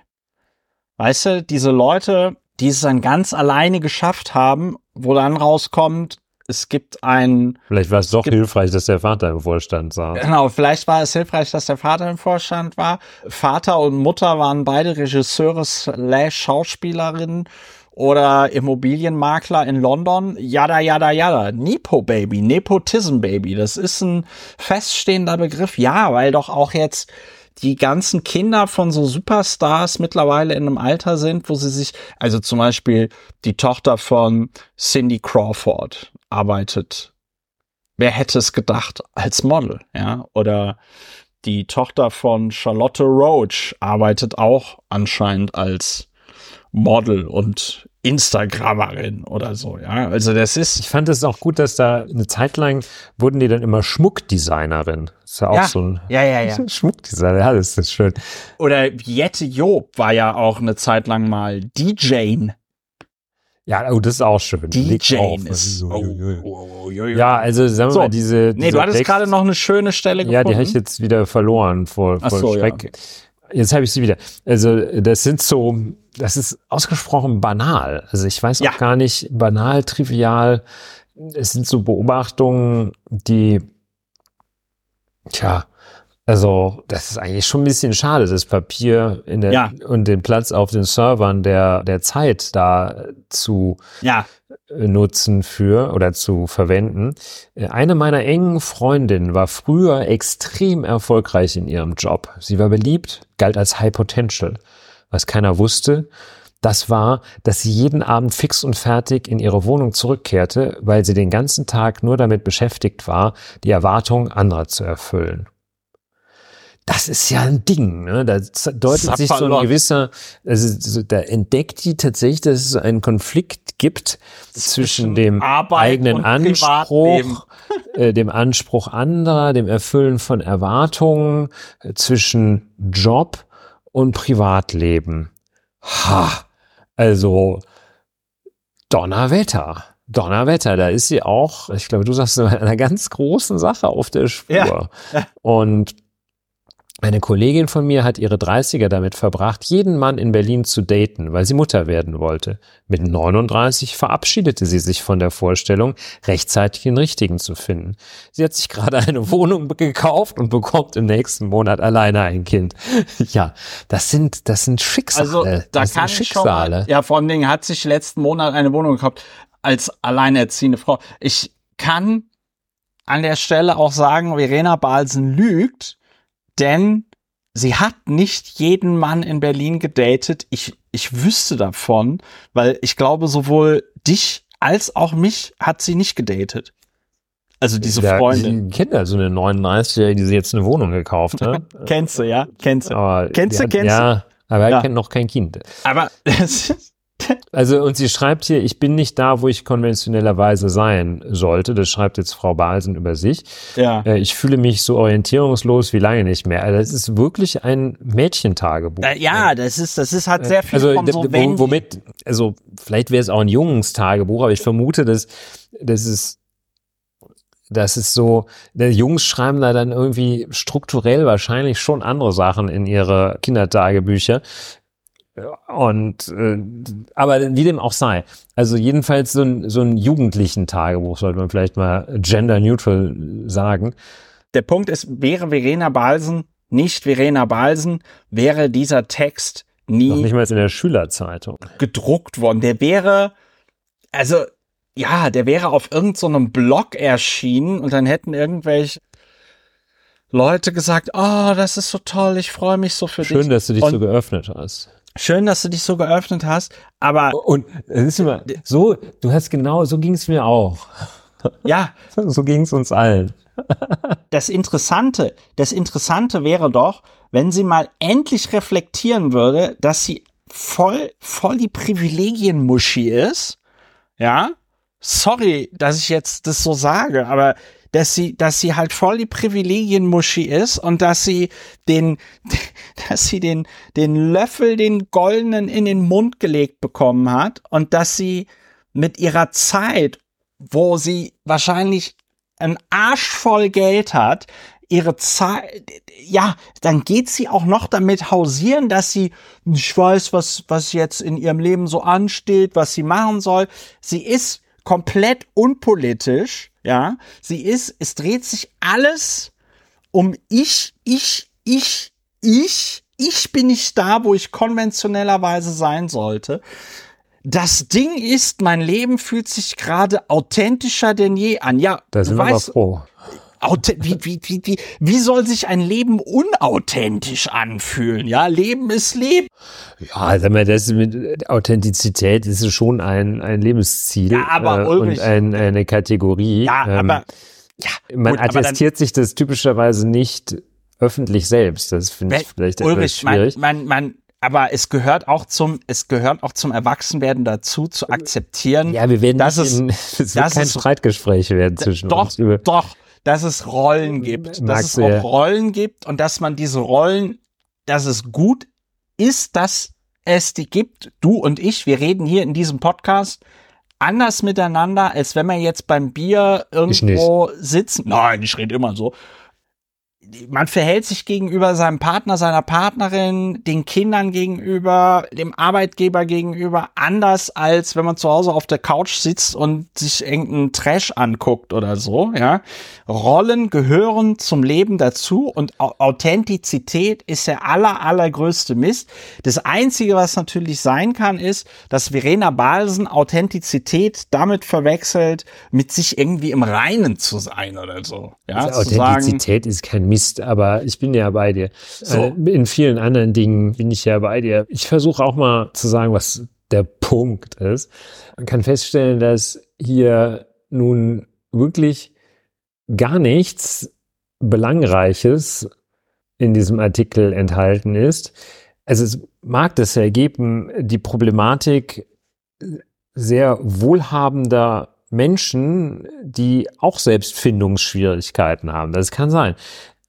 S1: Weißt du, diese Leute, die es dann ganz alleine geschafft haben, wo dann rauskommt, es gibt einen
S2: Vielleicht war es doch
S1: gibt-
S2: hilfreich, dass der Vater im Vorstand saß.
S1: Genau, vielleicht war es hilfreich, dass der Vater im Vorstand war. Vater und Mutter waren beide Regisseure slash Schauspielerinnen oder Immobilienmakler in London. Yada, yada, yada. Nepo Baby, Nepotism Baby. Das ist ein feststehender Begriff. Ja, weil doch auch jetzt die ganzen Kinder von so Superstars mittlerweile in einem Alter sind, wo sie sich, also zum Beispiel die Tochter von Cindy Crawford arbeitet Wer hätte es gedacht als Model, ja? Oder die Tochter von Charlotte Roach arbeitet auch anscheinend als Model und Instagrammerin oder so, ja? Also das ist
S2: Ich fand es auch gut, dass da eine Zeit lang wurden die dann immer Schmuckdesignerin. Ist ja auch
S1: Ja.
S2: so ein
S1: ja, ja, ja.
S2: Schmuckdesigner. Ja, das ist schön.
S1: Oder Jette Job war ja auch eine Zeit lang mal DJing.
S2: Ja, oh, das ist auch schön. Liegt
S1: DJing
S2: auf.
S1: ist.
S2: Oh, oh, oh.
S1: oh, oh.
S2: Ja, also sagen wir
S1: So.
S2: mal, diese.
S1: Nee, du
S2: dieser
S1: hattest
S2: Text-
S1: gerade noch eine schöne Stelle gefunden.
S2: Ja, die habe ich jetzt wieder verloren vor,
S1: Ach
S2: vor
S1: so, ja.
S2: Schreck. Jetzt habe ich sie wieder. Also das sind so, das ist ausgesprochen banal. Also ich weiß
S1: Ja.
S2: auch gar nicht, banal, trivial. Es sind so Beobachtungen, die, tja, also das ist eigentlich schon ein bisschen schade, das Papier in der,
S1: Ja.
S2: und den Platz auf den Servern der, der Zeit da zu
S1: ja,
S2: äh, nutzen für oder zu verwenden. Äh, Eine meiner engen Freundinnen war früher extrem erfolgreich in ihrem Job. Sie war beliebt, galt als High Potential. Was keiner wusste, das war, dass sie jeden Abend fix und fertig in ihre Wohnung zurückkehrte, weil sie den ganzen Tag nur damit beschäftigt war, die Erwartungen anderer zu erfüllen. Das ist ja ein Ding, ne? Da z- deutet sich so ein
S1: Sapperlot.
S2: gewisser, also so, da entdeckt die tatsächlich, dass es einen Konflikt gibt zwischen dem
S1: Arbeit
S2: eigenen
S1: und Privatleben.
S2: Anspruch, äh, dem Anspruch anderer, dem Erfüllen von Erwartungen, äh, zwischen Job und Privatleben. Ha, also Donnerwetter. Donnerwetter, da ist sie auch, ich glaube, du sagst in einer ganz großen Sache auf der Spur.
S1: Ja.
S2: Und eine Kollegin von mir hat ihre 30er damit verbracht, jeden Mann in Berlin zu daten, weil sie Mutter werden wollte. Mit 39 verabschiedete sie sich von der Vorstellung, rechtzeitig den richtigen zu finden. Sie hat sich gerade eine Wohnung gekauft und bekommt im nächsten Monat alleine ein Kind. Ja, das sind, das sind Schicksale.
S1: Also da
S2: das
S1: kann
S2: sind
S1: ich schon mal,
S2: Schicksale.
S1: Ja, vor allen Dingen hat sich letzten Monat eine Wohnung gekauft als alleinerziehende Frau. Ich kann an der Stelle auch sagen, Verena Balsen lügt, denn sie hat nicht jeden Mann in Berlin gedatet. Ich, ich wüsste davon, weil ich glaube, sowohl dich als auch mich hat sie nicht gedatet. Also diese
S2: Ja,
S1: Freundin.
S2: Die kennt also eine 39-Jährige, die sie jetzt eine Wohnung gekauft hat.
S1: Kennst du, ja? Kennst du.
S2: Aber
S1: Kennst
S2: die
S1: du,
S2: hat,
S1: kennst du?
S2: Ja, aber
S1: Ja.
S2: er kennt noch kein Kind.
S1: Aber es ist
S2: Also, und sie schreibt hier, ich bin nicht da, wo ich konventionellerweise sein sollte. Das schreibt jetzt Frau Balsen über sich.
S1: ja.
S2: Äh, Ich fühle mich so orientierungslos wie lange nicht mehr. Also, das ist wirklich ein Mädchentagebuch.
S1: Äh, Ja, das ist, das ist halt sehr viel
S2: also,
S1: von
S2: d-
S1: so
S2: d-
S1: wenn.
S2: wo, womit, also, vielleicht wäre es auch ein Jungs-Tagebuch, aber ich vermute, dass, dass es, dass es so, der Jungs schreiben da dann irgendwie strukturell wahrscheinlich schon andere Sachen in ihre Kindertagebücher. Und, äh, aber wie dem auch sei. Also, jedenfalls so ein, so ein jugendlichen Tagebuch sollte man vielleicht mal gender neutral sagen.
S1: Der Punkt ist, wäre Verena Balsen nicht Verena Balsen, wäre dieser Text
S2: Noch
S1: nie
S2: nicht mal in der Schülerzeitung.
S1: gedruckt worden. Der wäre, also, ja, der wäre auf irgendeinem so einem Blog erschienen und dann hätten irgendwelche Leute gesagt, oh, das ist so toll, ich freue mich so für dich.
S2: Schön, dass du dich
S1: und,
S2: so geöffnet hast.
S1: schön, dass du dich so geöffnet hast, aber
S2: Und äh, es ist immer so, du hast genau, so ging es mir auch.
S1: ja,
S2: So ging es uns allen.
S1: das Interessante, das Interessante wäre doch, wenn sie mal endlich reflektieren würde, dass sie voll, voll die Privilegienmuschi ist. Ja. Sorry, dass ich jetzt das so sage, aber dass sie, dass sie halt voll die Privilegienmuschi ist und dass sie den, dass sie den, den Löffel, den goldenen in den Mund gelegt bekommen hat und dass sie mit ihrer Zeit, wo sie wahrscheinlich einen Arsch voll Geld hat, ihre Zeit, ja, dann geht sie auch noch damit hausieren, dass sie nicht weiß, was, was jetzt in ihrem Leben so ansteht, was sie machen soll. Sie ist komplett unpolitisch, ja. Sie ist, es dreht sich alles um ich, ich, ich, ich, ich bin nicht da, wo ich konventionellerweise sein sollte. Das Ding ist, mein Leben fühlt sich gerade authentischer denn je an. Ja,
S2: Da sind
S1: du
S2: wir aber
S1: weißt,
S2: froh.
S1: Auth- wie, wie, wie, wie, wie soll sich ein Leben unauthentisch anfühlen? Ja, Leben ist Leben.
S2: Ja, sag mal, das mit äh, Authentizität das ist schon ein, ein Lebensziel äh,
S1: Ja, aber
S2: und
S1: Ulrich-
S2: ein, eine Kategorie.
S1: Ja,
S2: Ähm,
S1: aber ja,
S2: man
S1: gut, aber dann-
S2: attestiert sich das typischerweise nicht öffentlich selbst. Das finde ich vielleicht etwas
S1: Ulrich, man,
S2: schwierig.
S1: man, man, aber es gehört auch zum, es gehört auch zum Erwachsenwerden dazu, zu akzeptieren.
S2: ja, wir werden
S1: das
S2: nicht
S1: ist-
S2: in, das wird
S1: das
S2: kein
S1: ist-
S2: Streitgespräch werden zwischen
S1: doch,
S2: uns. Über,
S1: doch, dass es Rollen gibt, dass
S2: Magst
S1: es
S2: du ja.
S1: auch Rollen gibt und dass man diese Rollen, dass es gut ist, dass es die gibt. Du und ich, wir reden hier in diesem Podcast anders miteinander, als wenn wir jetzt beim Bier
S2: Ich
S1: irgendwo sitzen. Nein, ich rede immer so. Man verhält sich gegenüber seinem Partner, seiner Partnerin, den Kindern gegenüber, dem Arbeitgeber gegenüber anders als wenn man zu Hause auf der Couch sitzt und sich irgendeinen Trash anguckt oder so, ja. Rollen gehören zum Leben dazu und Au- Authentizität ist der aller, allergrößte Mist. Das Einzige, was natürlich sein kann, ist, dass Verena Balsen Authentizität damit verwechselt, mit sich irgendwie im Reinen zu sein oder so. Ja,
S2: Also
S1: zu sagen,
S2: Authentizität ist kein Mist, aber ich bin ja bei dir. Äh, In vielen anderen Dingen bin ich ja bei dir. Ich versuche auch mal zu sagen, was der Punkt ist. Man kann feststellen, dass hier nun wirklich gar nichts Belangreiches in diesem Artikel enthalten ist. Also es mag das ja geben, die Problematik sehr wohlhabender Menschen, die auch Selbstfindungsschwierigkeiten haben. Das kann sein.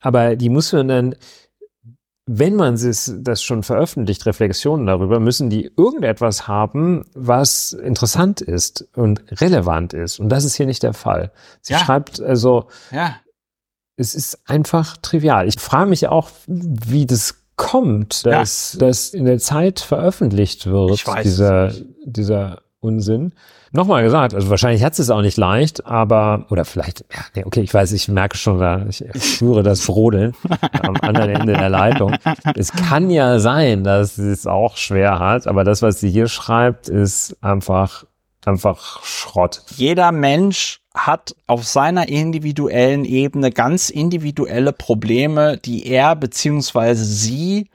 S2: Aber die muss man dann, wenn man es- das schon veröffentlicht, Reflexionen darüber, müssen die irgendetwas haben, was interessant ist und relevant ist. Und das ist hier nicht der Fall. Sie
S1: Ja.
S2: schreibt also,
S1: ja.
S2: es ist einfach trivial. Ich frage mich auch, wie das kommt,
S1: Ja.
S2: dass das in der Zeit veröffentlicht wird,
S1: Ich weiß es
S2: dieser, dieser Unsinn. Nochmal gesagt, also wahrscheinlich hat sie es auch nicht leicht, aber, oder vielleicht, ja, nee, okay, ich weiß, ich merke schon, da, ich spüre das Brodeln am anderen Ende der Leitung. Es kann ja sein, dass sie es auch schwer hat, aber das, was sie hier schreibt, ist einfach einfach Schrott.
S1: Jeder Mensch hat auf seiner individuellen Ebene ganz individuelle Probleme, die er beziehungsweise sie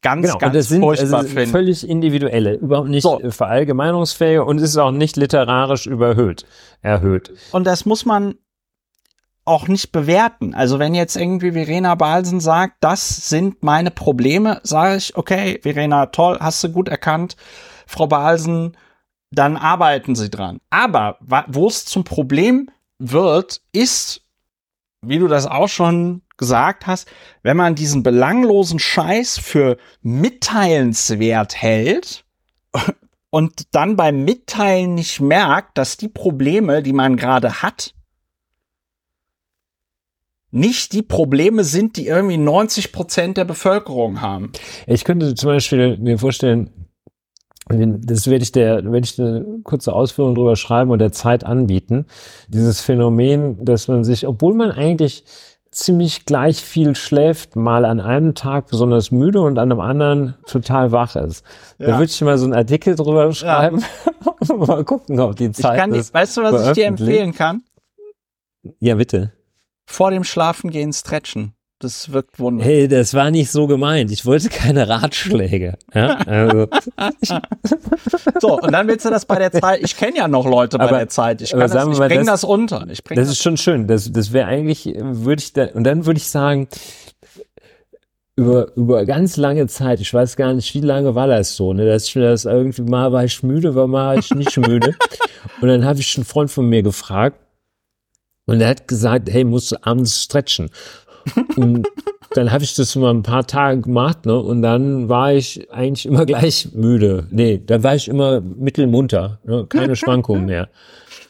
S1: ganz,
S3: Genau, und
S1: ganz
S3: das sind,
S1: furchtbar
S3: also es sind
S1: finden.
S3: völlig individuelle, überhaupt nicht
S1: So.
S3: äh, verallgemeinungsfähig und es ist auch nicht literarisch überhöht, erhöht.
S1: Und das muss man auch nicht bewerten. Also wenn jetzt irgendwie Verena Balsen sagt, das sind meine Probleme, sage ich, okay, Verena, toll, hast du gut erkannt, Frau Balsen, dann arbeiten Sie dran. Aber wa- wo es zum Problem wird, ist, wie du das auch schon gesagt hast, wenn man diesen belanglosen Scheiß für mitteilenswert hält, und dann beim Mitteilen nicht merkt, dass die Probleme, die man gerade hat, nicht die Probleme sind, die irgendwie 90 Prozent der Bevölkerung haben.
S2: Ich könnte zum Beispiel mir vorstellen, wenn- das werde ich der, werde ich eine kurze Ausführung drüber schreiben und der Zeit anbieten. Dieses Phänomen, dass man sich, obwohl man eigentlich ziemlich gleich viel schläft, mal an einem Tag besonders müde und an einem anderen total wach ist. Da
S1: Ja.
S2: würde ich mal so einen Artikel drüber schreiben. mal gucken, ob die
S1: Ich
S2: Zeit
S1: kann dir,
S2: das...
S1: weißt du, was ich dir
S2: veröffentlicht.
S1: empfehlen kann?
S3: Ja, bitte.
S1: Vor dem Schlafengehen stretchen. Das wirkt wunderbar.
S3: Hey, das war nicht so gemeint. Ich wollte keine Ratschläge. Ja, also,
S1: So, und dann willst du das bei der Zeit. Ich kenne ja noch Leute bei
S2: Aber-
S1: der Zeit. Ich, kann
S2: aber
S1: das,
S2: sagen wir
S1: ich
S2: mal,
S1: bring das,
S2: das-
S1: unter. Ich bring
S2: Das
S1: das
S2: ist schon schön. Das, das wäre eigentlich, äh, würde ich da, und dann würde ich sagen, über, über ganz lange Zeit, ich weiß gar nicht, wie lange war das so, ne, dass ich mir das irgendwie mal war ich müde, war mal ich nicht müde. und dann habe ich einen Freund von mir gefragt und er hat gesagt, hey, musst du abends stretchen. Und dann habe ich das mal ein paar Tage gemacht, ne, und dann war ich eigentlich immer gleich müde. Nee, dann war ich immer mittelmunter, ne, keine Schwankungen mehr.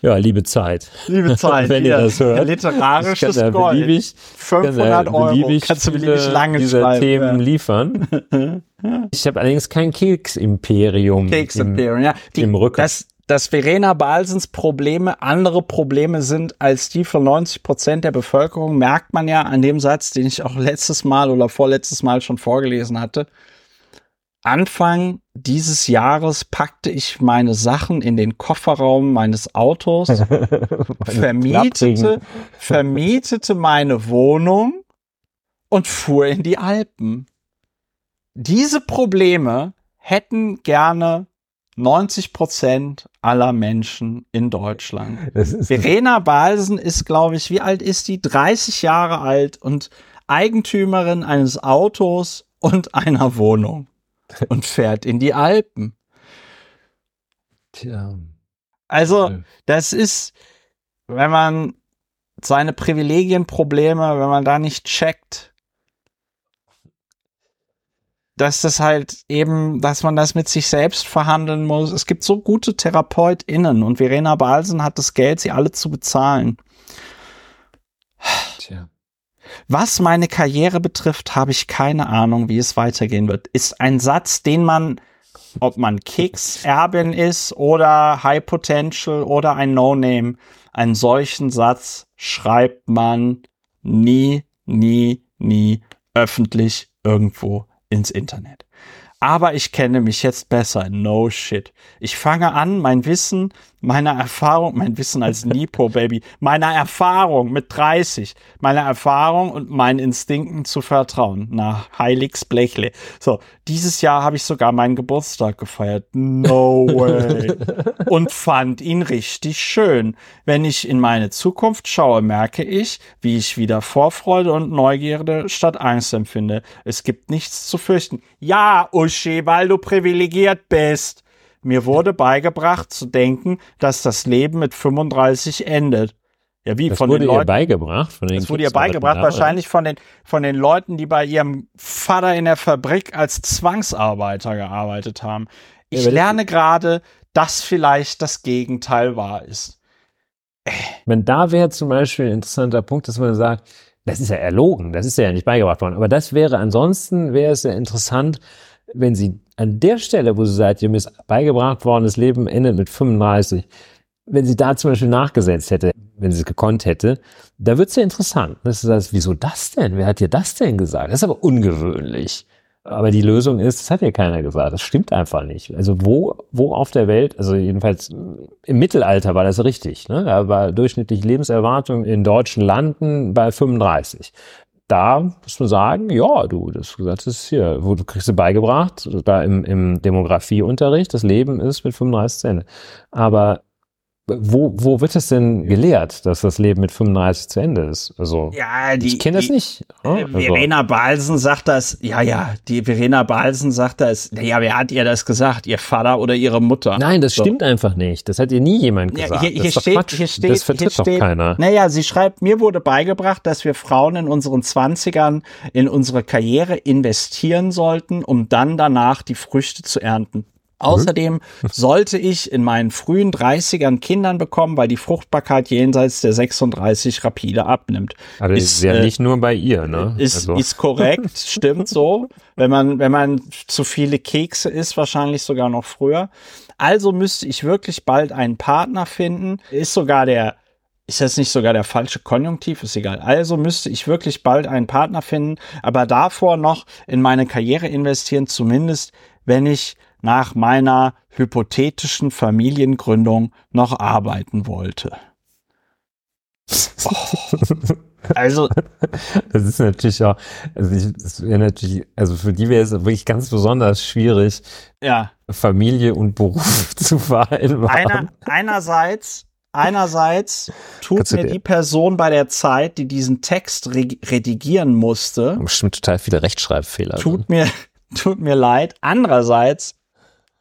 S2: Ja, liebe Zeit.
S1: liebe Zeit.
S2: wenn ihr
S1: hier.
S2: das hört. Ich kann
S1: Literarisches
S2: da
S1: Gold.
S2: beliebig,
S1: 500
S2: kann da
S1: Euro.
S2: beliebig
S1: Kannst du
S2: viele
S1: beliebig lange
S2: dieser
S1: schreiben.
S2: Themen
S1: ja.
S2: liefern. Ich habe allerdings kein Keksimperium.
S1: Cakes
S2: im-
S1: Imperium, ja. Die,
S2: im Rücken.
S1: Dass, dass Verena Balsens Probleme andere Probleme sind als die von 90 Prozent der Bevölkerung, merkt man ja an dem Satz, den ich auch letztes Mal oder vorletztes Mal schon vorgelesen hatte. Anfang dieses Jahres packte ich meine Sachen in den Kofferraum meines Autos, vermietete,
S2: klapprigen.
S1: vermietete meine Wohnung und fuhr in die Alpen. Diese Probleme hätten gerne 90 Prozent aller Menschen in Deutschland.
S2: Das ist,
S1: Verena Balsen ist, glaube ich, wie alt ist die? 30 Jahre alt und Eigentümerin eines Autos und einer Wohnung und fährt in die Alpen.
S2: tja,
S1: Also, das ist, wenn man seine Privilegienprobleme, wenn man da nicht checkt, dass das halt eben, dass man das mit sich selbst verhandeln muss. Es gibt so gute TherapeutInnen und Verena Balsen hat das Geld, sie alle zu bezahlen.
S2: tja.
S1: Was meine Karriere betrifft, habe ich keine Ahnung, wie es weitergehen wird. Ist ein Satz, den man, ob man Keks-Erbin ist oder High Potential oder ein No-Name, einen solchen Satz schreibt man nie, nie, nie öffentlich irgendwo ins Internet. Aber ich kenne mich jetzt besser. No shit. Ich fange an, mein Wissen, meine Erfahrung, mein Wissen als Nipo Baby, meiner Erfahrung mit 30, meiner Erfahrung und meinen Instinkten zu vertrauen. Na, heiligs Blechle. So, dieses Jahr habe ich sogar meinen Geburtstag gefeiert. No way. und fand ihn richtig schön. Wenn ich in meine Zukunft schaue, merke ich, wie ich wieder Vorfreude und Neugierde statt Angst empfinde. Es gibt nichts zu fürchten. Ja, Uschi, weil du privilegiert bist. Mir wurde beigebracht zu denken, dass das Leben mit 35 endet. Ja, wie
S3: das
S1: von
S3: wurde
S1: den
S3: ihr
S1: Leuten.
S3: beigebracht. Von den
S1: Das wurde ihr
S3: Kriegsleuten
S1: beigebracht,
S3: da, oder?
S1: wahrscheinlich von den, von den Leuten, die bei ihrem Vater in der Fabrik als Zwangsarbeiter gearbeitet haben. Ich
S3: aber das-
S1: lerne gerade, dass vielleicht das Gegenteil wahr ist.
S2: Wenn da wäre zum Beispiel ein interessanter Punkt, dass man sagt, das ist ja erlogen, das ist ja nicht beigebracht worden. Aber das wäre ansonsten, wäre es ja interessant, wenn sie an der Stelle, wo sie sagt, ihr ist beigebracht worden, das Leben endet mit 35, wenn sie da zum Beispiel nachgesetzt hätte, wenn sie es gekonnt hätte, da wird es ja interessant. Das ist das, wieso das denn? Wer hat dir das denn gesagt? Das ist aber ungewöhnlich. Aber die Lösung ist, das hat ja keiner gesagt, das stimmt einfach nicht. Also wo, wo auf der Welt, also jedenfalls im Mittelalter war das richtig. Ne? Da war durchschnittliche Lebenserwartung in deutschen Landen bei 35 da muss man sagen, ja, du, das, das ist hier, wo du kriegst du beigebracht, da im, im Demografieunterricht, das Leben ist mit 35 zu Ende. Aber wo, wo wird es denn gelehrt, dass das Leben mit 35 zu Ende ist? Also,
S1: ja, die,
S2: ich kenne das
S1: die,
S2: nicht. ne? Also Ja,
S1: Äh, Verena Balsen sagt das, ja, ja, die Verena Balsen sagt das, naja, wer hat ihr das gesagt? Ihr Vater oder ihre Mutter?
S2: Nein, das stimmt einfach nicht. Das hat dir nie jemand
S1: Ja,
S2: gesagt.
S1: hier, hier
S2: das ist doch
S1: steht,
S2: Quatsch.
S1: hier steht,
S2: das vertritt
S1: hier steht,
S2: doch keiner.
S1: Naja, sie schreibt, mir wurde beigebracht, dass wir Frauen in unseren Zwanzigern in unsere Karriere investieren sollten, um dann danach die Früchte zu ernten.
S2: Mhm.
S1: Außerdem sollte ich in meinen frühen 30ern Kindern bekommen, weil die Fruchtbarkeit jenseits der 36 rapide abnimmt.
S2: Also
S1: Ist,
S2: ist ja
S1: äh,
S2: nicht nur bei ihr, ne?
S1: Ist,
S2: also,
S1: ist korrekt, stimmt so. Wenn man, wenn man zu viele Kekse isst, wahrscheinlich sogar noch früher. Also müsste ich wirklich bald einen Partner finden. Ist sogar der, ist das nicht sogar der falsche Konjunktiv? Ist egal. Also müsste ich wirklich bald einen Partner finden, aber davor noch in meine Karriere investieren, zumindest wenn ich nach meiner hypothetischen Familiengründung noch arbeiten wollte. Also,
S2: Das ist natürlich auch, also ich, das wäre natürlich, also für die wäre es wirklich ganz besonders schwierig,
S1: ja.
S2: Familie und Beruf zu
S1: Einer,
S2: vereinbaren.
S1: einerseits, einerseits tut
S2: Kannst du
S1: mir
S2: dir-
S1: die Person bei der Zeit, die diesen Text re redigieren musste,
S2: Bestimmt total viele Rechtschreibfehler.
S1: tut mir, tut mir leid. Andererseits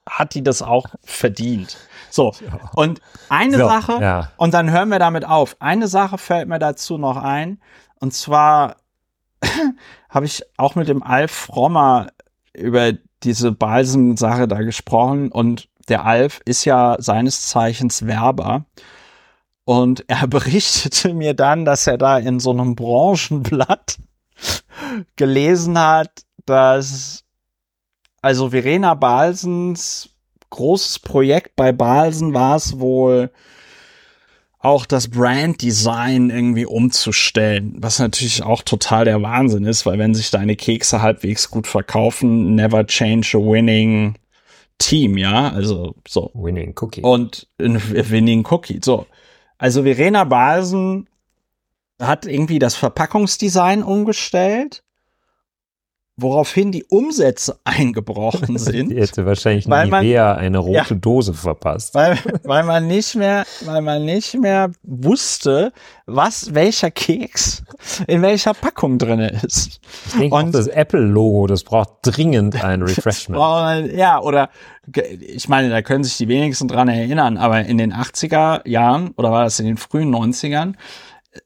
S1: hat die das auch verdient. So. Und eine
S2: So,
S1: Sache,
S2: ja.
S1: und dann hören wir damit auf. Eine Sache fällt mir dazu noch ein. Und zwar habe ich auch mit dem Alf Frommer über diese Balsen-Sache da gesprochen. Und der Alf ist ja seines Zeichens Werber. Und er berichtete mir dann, dass er da in so einem Branchenblatt gelesen hat, dass also Verena Balsens großes Projekt bei Balsen war es wohl auch das Branddesign irgendwie umzustellen, was natürlich auch total der Wahnsinn ist, weil wenn sich deine Kekse halbwegs gut verkaufen, never change a winning team, ja, also so.
S2: Winning Cookie.
S1: Und ein Winning Cookie. So. Also Verena Balsen hat irgendwie das Verpackungsdesign umgestellt, woraufhin die Umsätze eingebrochen
S2: Die
S1: sind.
S2: hätte wahrscheinlich
S1: Weil man-
S2: Nivea eine rote
S1: Ja.
S2: Dose verpasst.
S1: Weil, weil man nicht mehr, weil man nicht mehr wusste, was welcher Keks in welcher Packung drin ist.
S2: Ich denke auch,
S1: Und-
S2: das Apple-Logo, das braucht dringend ein Refreshment.
S1: Braucht man- Ja, oder ge- ich meine, da können sich die wenigsten dran erinnern, aber in den 80er Jahren oder war das in den frühen 90ern,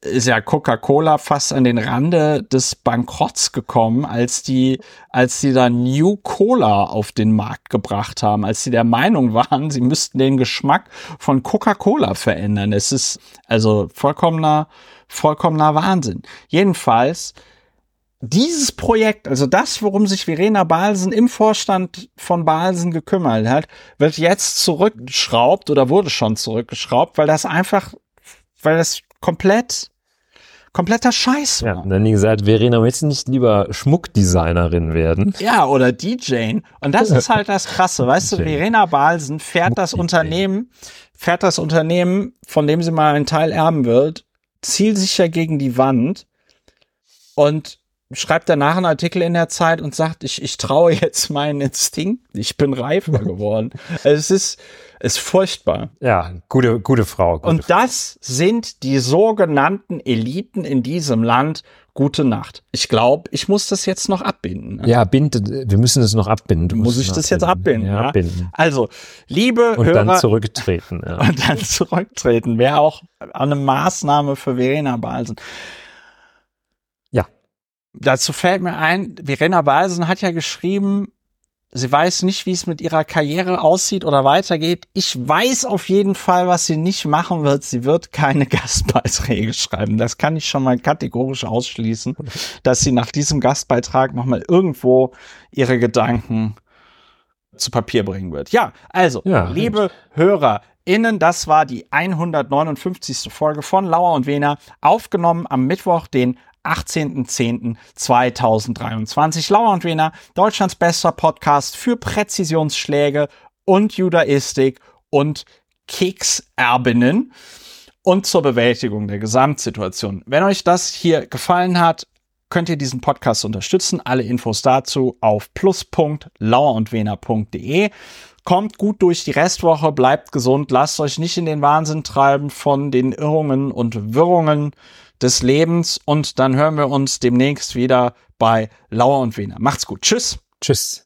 S1: ist ja Coca-Cola fast an den Rande des Bankrotts gekommen, als die, als die da New Cola auf den Markt gebracht haben, als sie der Meinung waren, sie müssten den Geschmack von Coca-Cola verändern. Es ist also vollkommener, vollkommener Wahnsinn. Jedenfalls dieses Projekt, also das, worum sich Verena Balsen im Vorstand von Balsen gekümmert hat, wird jetzt zurückgeschraubt oder wurde schon zurückgeschraubt, weil das einfach, weil das komplett, kompletter Scheiß
S2: Ja,
S1: war.
S2: und dann die gesagt, Verena, willst du nicht lieber Schmuckdesignerin werden?
S1: Ja, oder DJing. Und das ist halt das Krasse. Weißt du,
S2: DJing.
S1: Verena Balsen fährt das
S2: Muck-DJing.
S1: Unternehmen, fährt das Unternehmen, von dem sie mal einen Teil erben wird, zielsicher gegen die Wand und schreibt danach einen Artikel in der Zeit und sagt, ich, ich traue jetzt meinen Instinkt, ich bin reifer geworden. es ist, es ist furchtbar.
S2: Ja, gute, gute Frau. Gute
S1: Und das sind die sogenannten Eliten in diesem Land. Gute Nacht. Ich glaube, ich muss das jetzt noch abbinden. Ne?
S2: Ja, binde, wir müssen es noch abbinden. Du
S1: Muss
S2: musst
S1: ich
S2: es
S1: das jetzt abbinden,
S2: Ja,
S1: ja?
S2: abbinden.
S1: Also, liebe
S2: Und
S1: Hörer,
S2: dann zurücktreten. Ja.
S1: und dann zurücktreten wäre auch eine Maßnahme für Verena Balsen.
S2: Ja.
S1: Dazu fällt mir ein, Verena Balsen hat ja geschrieben, sie weiß nicht, wie es mit ihrer Karriere aussieht oder weitergeht. Ich weiß auf jeden Fall, was sie nicht machen wird. Sie wird keine Gastbeiträge schreiben. Das kann ich schon mal kategorisch ausschließen, dass sie nach diesem Gastbeitrag nochmal irgendwo ihre Gedanken zu Papier bringen wird. Ja, also,
S2: Ja,
S1: liebe HörerInnen, das war die 159. Folge von Lauer und Wena, aufgenommen am Mittwoch, den 18.10.2023. Laura und Rena, Deutschlands bester Podcast für Präzisionsschläge und Judaistik und Kekserbinnen und zur Bewältigung der Gesamtsituation. Wenn euch das hier gefallen hat, könnt ihr diesen Podcast unterstützen. Alle Infos dazu auf plus.lauerundwena.de. Kommt gut durch die Restwoche, bleibt gesund, lasst euch nicht in den Wahnsinn treiben von den Irrungen und Wirrungen des Lebens und dann hören wir uns demnächst wieder bei Lauer und Wena. Macht's gut. Tschüss.
S2: Tschüss.